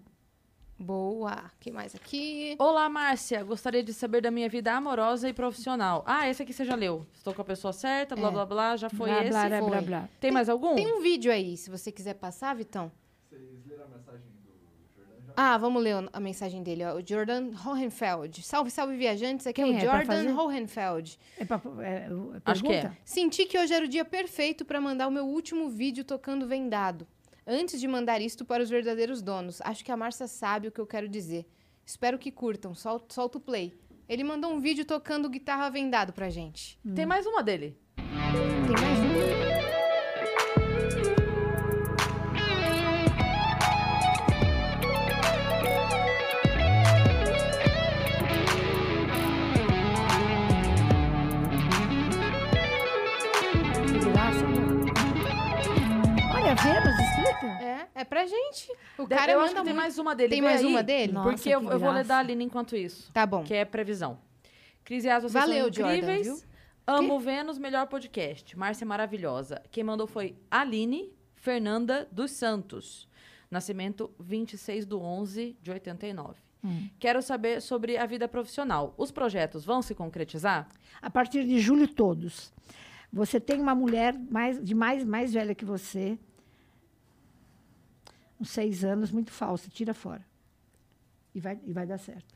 Boa. O que mais aqui?
Olá, Márcia. Gostaria de saber da minha vida amorosa e profissional. Ah, esse aqui você já leu. Estou com a pessoa certa, blá,
É.
blá, blá. Já foi
blá,
esse.
blá, blá,
foi.
blá, blá.
Tem mais algum?
Tem um vídeo aí, se você quiser passar, Vitão. Ah, vamos ler a mensagem dele, ó. O Jordan Hohenfeld. Salve, salve, viajantes. Aqui
Quem
é o
é pra fazer?
Jordan Hohenfeld.
É pra, é, é
Acho que é.
pergunta?
Senti que hoje era o dia perfeito para mandar o meu último vídeo tocando vendado. Antes de mandar isto para os verdadeiros donos, acho que a Márcia sabe o que eu quero dizer. Espero que curtam. Sol- Solta, o play. Ele mandou um vídeo tocando guitarra vendado pra gente.
Tem mais uma dele.
Tem mais um?
Que graça.
É pra gente. O
De-
cara
eu acho
manda
que tem
muito.
mais uma dele.
Tem
Vê
mais
aí,
uma dele?
Nossa,
porque eu,
que
eu vou ler
graça.
da Aline enquanto isso.
Tá bom.
Que é previsão. Cris e As, vocês
Valeu,
são
Jordan,
incríveis.
viu?
Amo Vênus, melhor podcast. Márcia é maravilhosa. Quem mandou foi Aline Fernanda dos Santos. Nascimento 26 do 11 de 89.
Hum.
Quero saber sobre a vida profissional. Os projetos vão se concretizar?
A partir de julho, todos. Você tem uma mulher mais, de mais, mais velha que você, uns seis anos, muito falsa, tira fora. E vai, e vai dar certo.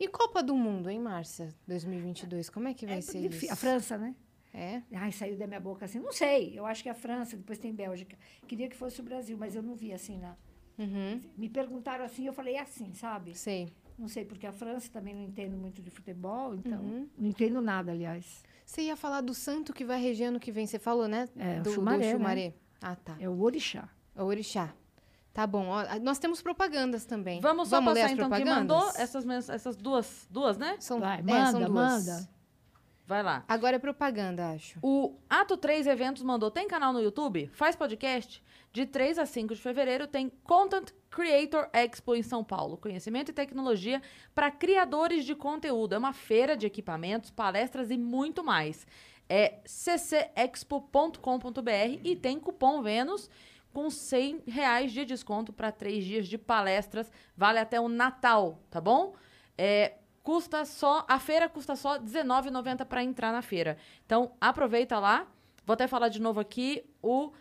E Copa do Mundo, hein, Márcia? 2022, como é que vai
É
ser
difí-
isso?
A França, né?
É?
Ai, saiu da minha boca assim. Não sei, eu acho que é a França, depois tem Bélgica. Queria que fosse o Brasil, mas eu não vi assim lá.
Uhum.
Me perguntaram assim, eu falei assim, sabe?
Sei.
Não sei, porque a França também não entendo muito de futebol, então.
Uhum.
Não entendo nada, aliás.
Você ia falar do santo que vai reger ano que vem, você falou, né?
É, o
do,
Xumaré,
do
né?
Xumaré. Ah, tá.
É o orixá.
O orixá. Tá bom. ó, a- nós temos propagandas também.
Vamos só
ler
passar
as
então quem
propagandas?
mandou essas, mens- essas duas, duas, né?
São,
Vai,
é,
manda,
são duas.
manda.
Vai lá.
Agora é propaganda, acho.
O Ato 3 Eventos mandou: tem canal no YouTube? Faz podcast? De 3 a 5 de fevereiro tem Content Creator Expo em São Paulo. Conhecimento e tecnologia para criadores de conteúdo. É uma feira de equipamentos, palestras e muito mais. É ccexpo.com.br e tem cupom Vênus com 100 reais de desconto para três dias de palestras. Vale até o Natal, tá bom? É, custa só a feira custa só R$19,90 para entrar na feira. Então aproveita lá. Vou até falar de novo aqui o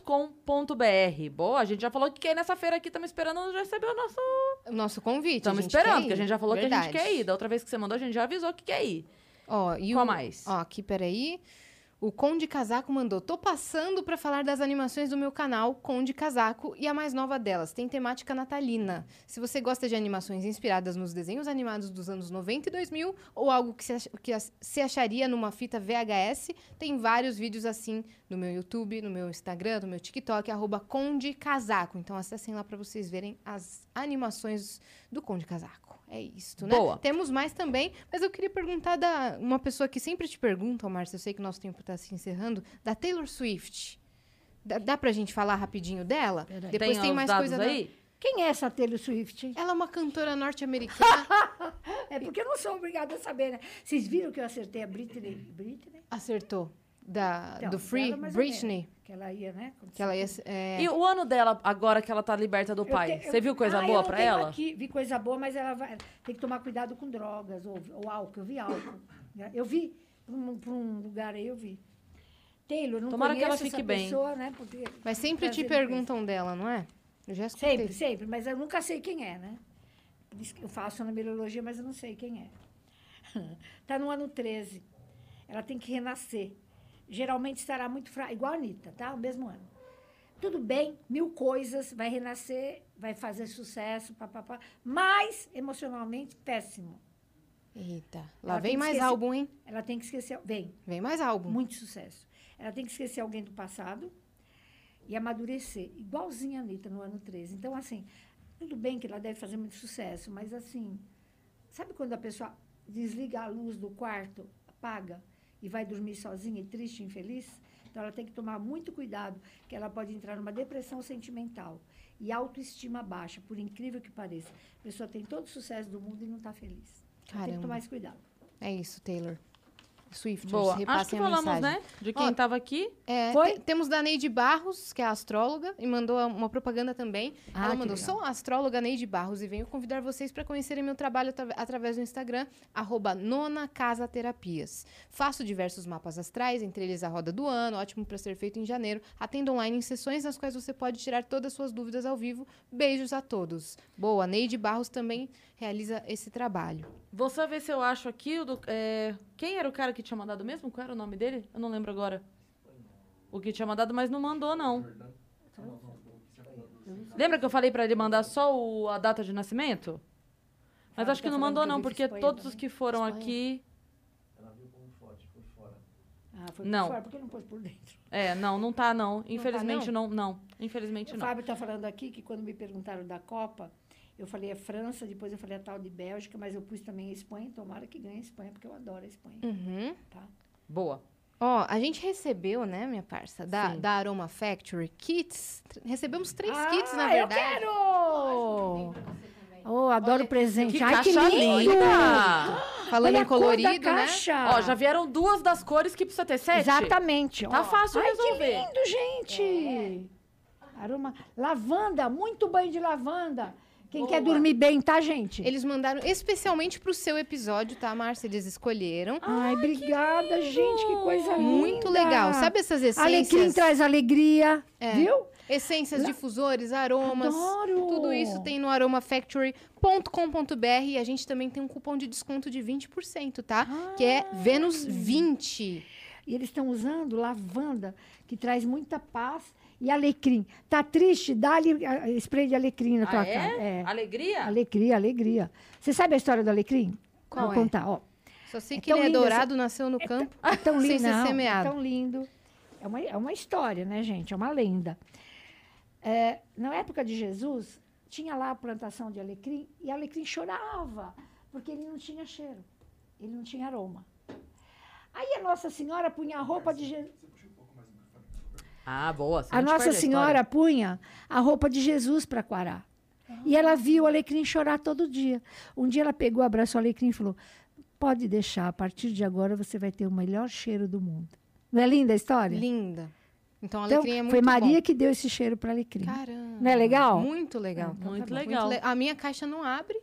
ccexpo.com.br. Boa, a gente já falou que quer ir nessa feira aqui, estamos esperando já receber o nosso.
O nosso convite.
Estamos
gente quer
esperando,
ir.
porque a gente já falou
Verdade.
que a gente quer ir. Da outra vez que você mandou, a gente já avisou que quer ir.
Ó, e
Qual
o-
mais?
Ó, aqui, peraí. O Conde Casaco mandou. Tô passando pra falar das animações do meu canal Conde Casaco e a mais nova delas. Tem temática natalina. Se você gosta de animações inspiradas nos desenhos animados dos anos 90 e 2000 ou algo que se, ach- que as- se acharia numa fita VHS, tem vários vídeos assim no meu YouTube, no meu Instagram, no meu TikTok, arroba Conde Casaco. Então acessem lá pra vocês verem as animações do Conde Casaco. É isto, né?
Boa.
Temos mais também, mas eu queria perguntar da uma pessoa que sempre te pergunta, Márcia, eu sei que o nosso tempo está se encerrando, da Taylor Swift. Dá, dá pra gente falar rapidinho dela?
Peraí.
Depois tem,
os
mais
dados
coisa né? da-
aí?
Quem é essa Taylor Swift? hein?
Ela é uma cantora norte-americana.
É porque eu não sou obrigada a saber, né? Vocês viram que eu acertei a Britney? Britney?
Acertou. Da,
Então,
do Free,
dela mais ou
Britney.
menos, Que ela ia, né? Como
Que ela ia.
se-
É,
E o ano dela, agora que ela tá liberta do
Eu
pai,
te- eu-
você viu coisa
Ah, eu
boa
não
pra
tenho
ela?
Aqui, vi coisa boa, mas ela vai- tem que tomar cuidado com drogas ou, ou álcool. Eu vi álcool. né? Eu vi para um, pra um lugar aí, eu vi. Taylor, não
Tomara que ela
conheço
fique
essa
bem.
pessoa, né? Porque
Mas sempre te
Prazer,
perguntam dela, não é? Eu já escutei.
Sempre, sempre, mas eu nunca sei quem é, né? Por isso que eu faço numerologia, mas eu não sei quem é. Está no ano 13. Ela tem que renascer. Geralmente estará muito fraca, igual a Anitta, tá? O mesmo ano. Tudo bem, mil coisas, vai renascer, vai fazer sucesso, papapá. Mas, emocionalmente, péssimo.
Eita. Lá
Ela tem
vem
que
mais
esquecer-
álbum, hein?
Ela tem que esquecer. Vem,
Vem mais álbum.
muito sucesso. Ela tem que esquecer alguém do passado e amadurecer, igualzinha a Anitta no ano 13. Então, assim, tudo bem que ela deve fazer muito sucesso, mas assim, sabe quando a pessoa desliga a luz do quarto, apaga e vai dormir sozinha e triste, infeliz? Então, ela tem que tomar muito cuidado, que ela pode entrar numa depressão sentimental e autoestima baixa, por incrível que pareça. A pessoa tem todo o sucesso do mundo e não está feliz. Então, Tem que
Caramba.
tomar esse cuidado.
É isso, Taylor. Swift,
Boa. Acho que
repassem a
falamos,
mensagem.
né? De quem
Ó,
tava aqui.
É,
Foi?
te- temos da Neide Barros, que é astróloga, e mandou uma propaganda também.
Ah,
Ela
que
mandou:
legal.
Sou a astróloga Neide Barros e venho convidar vocês para conhecerem meu trabalho atra- através do Instagram, arroba Nona Casa Terapias. Faço diversos mapas astrais, entre eles a roda do ano, ótimo para ser feito em janeiro. Atendo online em sessões nas quais você pode tirar todas as suas dúvidas ao vivo. Beijos a todos. Boa, Neide Barros também realiza esse trabalho.
Vou só ver se eu acho aqui o do- é, quem era o cara que tinha mandado mesmo? Qual era o nome dele? Eu não lembro agora. O que tinha mandado, mas não mandou, não. Lembra que eu falei pra ele mandar só o- a data de nascimento? Mas
Fábio
acho que
tá
não
falando
mandou,
que eu
não,
vivo
porque
Espanha
todos
também.
os que foram
Espanha?
aqui.
Ah, foi
Não.
por fora, por que não pôs por dentro?
É, não, não tá, não. Infelizmente, não. não, Infelizmente,
O
não.
Fábio está falando aqui que quando me perguntaram da Copa, eu falei a França, depois eu falei a tal de Bélgica, mas eu pus também a Espanha. Tomara que ganhe a Espanha, porque eu adoro a Espanha.
Uhum.
Tá?
Boa.
Ó, a gente recebeu, né, minha parça, da,
Sim.
da Aroma Factory kits. Tr- Recebemos três
ah,
kits, na verdade.
eu quero! Oh, adoro presente.
Que
Ai,
caixa
que lindo!
linda! é
Falando
Olha
em
a cor
colorido,
da
né?
caixa.
Ó, já vieram duas das cores que precisa ter sete?
Exatamente.
Tá
ó.
fácil
Ai,
resolver.
Que lindo, Tá gente. Aroma. Lavanda, muito banho de lavanda. Quem quer dormir bem, tá, gente?
Eles mandaram especialmente pro seu episódio, tá, Márcia? Eles escolheram.
Ai, obrigada, gente. Que coisa linda.
Muito legal. Sabe essas essências? É.
Alecrim traz alegria, viu?
Essências, difusores, aromas.
Adoro!
Tudo isso tem no aromafactory.com.br e a gente também tem um cupom de desconto de 20%, tá? Que é
Ah!
Vênus 20.
E eles estão usando lavanda, que traz muita paz, e alecrim. Tá triste? Dá-lhe ah, spray de alecrim na tua
Ah,
cara.
é? Alegria?
Alegria, alegria. Você sabe a história do alecrim?
Qual
Vou
é?
contar, ó.
Só sei
É
que
tão
ele é
linda
dourado, nasceu no campo.
É tão
Sem
lindo,
ser
não, é
semeado.
tão lindo. É uma, é uma história, né, gente? É uma lenda. É, na época de Jesus, tinha lá a plantação de alecrim e alecrim chorava, porque ele não tinha cheiro, ele não tinha aroma. Aí a Nossa Senhora punha a roupa de Jesus.
Ah, boa. senão
A
gente
Nossa
perde
Senhora
história.
punha a roupa de Jesus para quarar. E ela via o alecrim chorar todo dia. Um dia ela pegou, abraçou o alecrim e falou: Pode deixar, a partir de agora você vai ter o melhor cheiro do mundo. Não é linda a história?
Linda. Então,
Então,
alecrim é muito
foi Maria
bom.
que deu esse cheiro para alecrim.
Caramba.
Não é legal?
Muito legal.
Então
Muito
bom.
legal.
Le- A minha caixa não abre.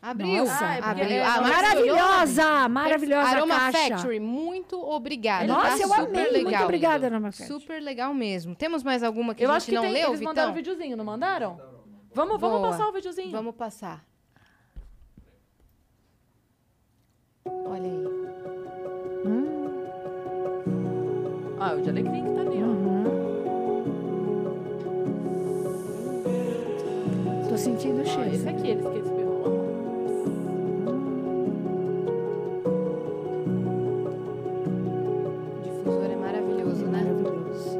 Abriu.
Nossa.
Ah, é porque
abriu.
é
Ah,
nossa.
Tá Maravilhosa, maravilhosa
Aroma
caixa.
Factory, muito obrigada.
Ele
Nossa,
tá
eu
super
amei. Muito
Legal.
obrigada, Aroma Factory.
Super legal mesmo. Temos mais alguma que
Eu
a gente
acho que
não
tem,
leu,
eles mandaram
Vitão?
o videozinho, não mandaram? Vamos, vamos
Boa.
passar o videozinho.
Vamos passar. Olha aí.
Ah, o de alecrim que tá ali, ó.
Tô sentindo o
Ah,
cheiro.
esse aqui, eles que eles me
O difusor é maravilhoso, né?
Maravilhoso.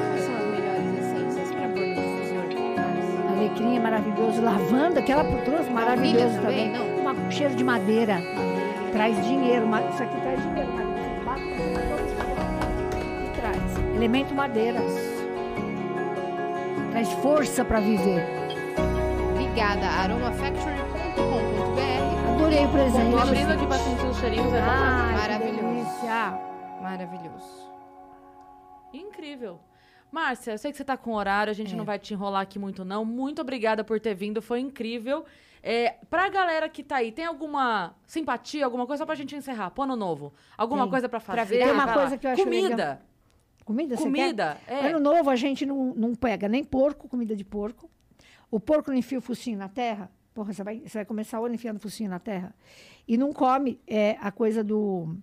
Quais são as melhores essências pra pôr no difusor?
Alecrim é maravilhoso. Lavanda, que ela trouxe, maravilhoso
Baunilha
também.
também, não?
Uma- um cheiro de madeira. Traz dinheiro. ma- Isso aqui traz dinheiro. mas bate com- né? E traz. Elemento madeira. Traz força para viver.
Obrigada. aromafactory.com.br
Adorei o presente.
Tô abrindo aqui pra sentir os cheirinhos. é bom pra
Ai, que
Maravilhoso.
delícia.
Maravilhoso.
Incrível. Márcia, eu sei que você tá com horário, a gente
É.
não vai te enrolar aqui muito, não. Muito obrigada por ter vindo, foi incrível. É, pra galera que tá aí, tem alguma simpatia, alguma coisa só pra gente encerrar? Pô, ano novo. Alguma
Tem.
coisa pra fazer?
Pra virar.
Tem uma
pra-
coisa que eu acho
Comida.
legal. Comida, você
Comida,
quer?
é.
Ano novo a gente não, não pega nem porco, comida de porco. O porco não enfia o focinho na terra. Porra, você vai, você vai começar o ano enfiando o focinho na terra. E não come é, a coisa do...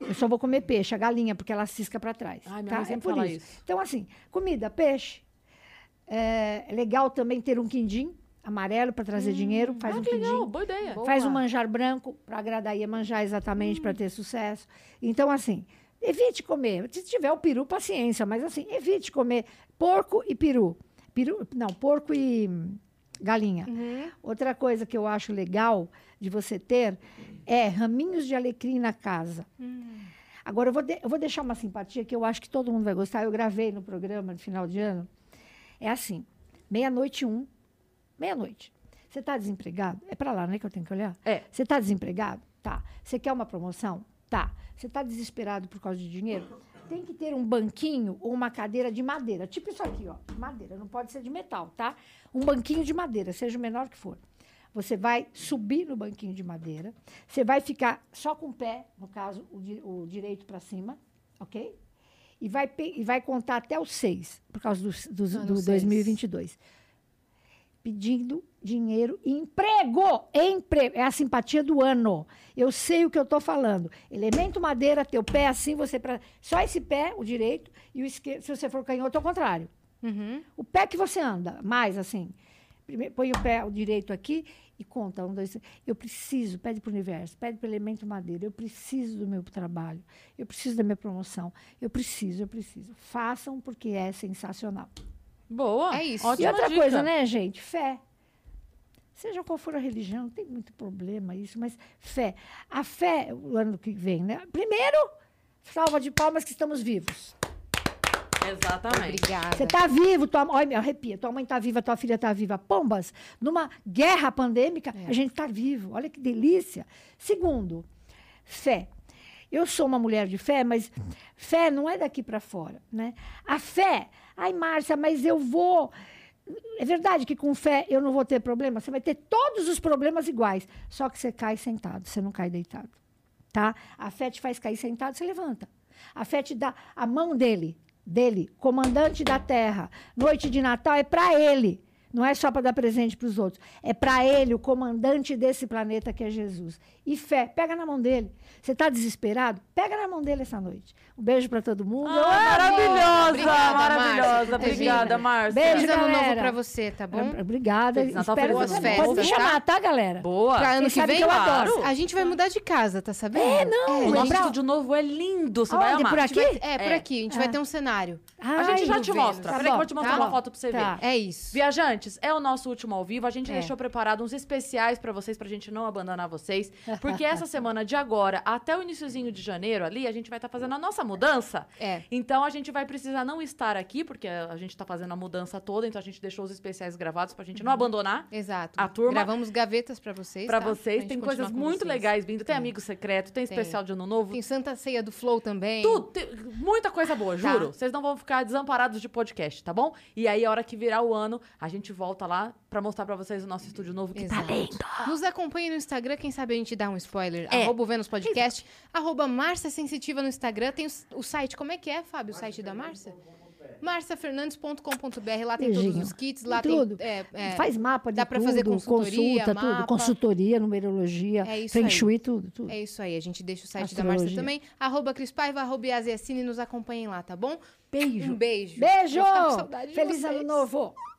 Eu só vou comer peixe, a galinha, porque ela cisca para trás.
Ai, minha
tá?
mãe
É
sempre
por
fala
isso.
isso.
Então, assim, comida, peixe. É é legal também ter um quindim amarelo para trazer dinheiro. Faz
Ah,
um
que
quindim.
legal, boa ideia.
Boa.
Faz um manjar branco para agradar e manjar exatamente para ter sucesso. Então, assim, evite comer. Se tiver o peru, paciência, mas assim, evite comer porco e peru. peru não, porco e hum, galinha. Outra coisa que eu acho legal de você ter é raminhos de alecrim na casa. Agora, eu vou, de- eu vou deixar uma simpatia que eu acho que todo mundo vai gostar. Eu gravei no programa de final de ano. É assim, meia-noite um, meia-noite. Você está desempregado? É para lá, né, que eu tenho que olhar?
É.
Você está desempregado? Tá. Você quer uma promoção? Tá. Você está desesperado por causa de dinheiro? Tem que ter um banquinho ou uma cadeira de madeira. Tipo isso aqui, ó. Madeira. Não pode ser de metal, tá? Um banquinho de madeira, seja o menor que for. Você vai subir no banquinho de madeira. Você vai ficar só com o pé, no caso, o, di- o direito para cima, ok? E vai, pe- e vai contar até o seis, por causa dos- dos-
Ah, no
do
seis.
2022 pedindo dinheiro e emprego. Emprego. É a simpatia do ano. Eu sei o que eu estou falando. Elemento madeira, teu pé assim, você para só esse pé, o direito, e o esquerdo, se você for canhoto, é o contrário.
Uhum.
O pé que você anda, mais assim. Primeiro, põe o pé o direito aqui e conta. Um, dois, três. Eu preciso, pede para o universo, pede para o elemento madeira. Eu preciso do meu trabalho. Eu preciso da minha promoção. Eu preciso, eu preciso. Façam porque é sensacional.
Boa.
É isso.
Ótima
E outra
dica.
coisa, né, gente? Fé. Seja qual for a religião, não tem muito problema isso, mas fé. A fé, o ano que vem, né? Primeiro, salva de palmas que estamos vivos.
Exatamente.
Obrigada.
Você tá vivo, tua mãe, me arrepia, tua mãe tá viva, tua filha tá viva. Pombas, numa guerra pandêmica, a gente tá vivo. Olha que delícia. Segundo, fé. Eu sou uma mulher de fé, mas fé não é daqui para fora, né? A fé, ai Márcia, mas eu vou é verdade que com fé eu não vou ter problema, você vai ter todos os problemas iguais, só que você cai sentado, você não cai deitado, tá? A fé te faz cair sentado, você levanta. A fé te dá a mão dele, dele, comandante da terra. Noite de Natal é para ele. Não é só para dar presente para os outros. É para ele, o comandante desse planeta que é Jesus. E fé, pega na mão dele. Você está desesperado? Pega na mão dele essa noite. Um beijo para todo mundo.
Ah, maravilhosa,
Obrigada, Márcia,
maravilhosa.
por ter
Obrigada,
vindo.
Márcia.
Beijo.
Feliz ano novo
galera.
pra você, tá bom?
Obrigada.
Feliz Natal,
Espero
feliz
que
ano
você
novo.
pode me chamar, tá, galera?
é Boa.
Pra ano
Vocês
que
sabem
vem,
que eu
claro.
adoro.
a gente vai mudar de casa, tá sabendo?
É, não.
O
é
nosso
pra-
estúdio novo é lindo, você vai
Aonde?
amar.
Por aqui?
É, por
É.
aqui. A gente vai ter um cenário.
A gente já te
Vênus.
mostra.
Tá
Peraí que eu
bom,
vou te mostrar
tá
uma
bom.
foto pra você
Tá.
ver.
É isso.
Viajantes, é o nosso último ao vivo. A gente
É.
deixou preparado uns especiais pra vocês, pra gente não abandonar vocês. Porque essa semana de agora até o iniciozinho de janeiro ali, a gente vai estar fazendo a nossa mudança.
É.
Então a gente vai precisar não estar aqui, porque a gente tá fazendo a mudança toda, então a gente deixou os especiais gravados pra gente não abandonar.
Exato.
A turma-
Gravamos gavetas pra vocês.
Pra
tá? Pra
vocês,
gente
tem
continuar
coisas
com
muito
vocês.
legais vindo. Tem amigo secreto, tem
Tem.
especial de ano novo.
Tem Santa Ceia do Flow também.
Tudo, tem muita coisa boa,
Tá.
juro. Vocês não vão ficar desamparados de podcast, tá bom? E aí, a hora que virar o ano, a gente volta lá pra mostrar pra vocês o nosso estúdio novo que
Exato.
tá lindo. É.
Nos acompanhe no Instagram, quem sabe a gente dá um spoiler. Arroba o Vênus Podcast, arroba Márcia Sensitiva no Instagram. Tem o, s- o site, como é que é, Fábio, o site da Márcia? marciafernandes.com.br, lá tem
Beijinho.
todos os kits, lá tem...
tudo.
é, é,
Faz mapa de
dá pra
tudo,
fazer consultoria,
consulta,
mapa.
tudo. Consultoria, numerologia,
É isso
feng
aí.
shui, tudo, tudo.
É isso aí, a gente deixa o site da Márcia
Astrologia.
também. Arroba Cris Paiva, arroba Yassi Yassine, nos acompanhem lá, tá bom?
Beijo.
Um beijo.
Beijo!
Vou ficar com saudade de
Feliz
vocês.
ano novo!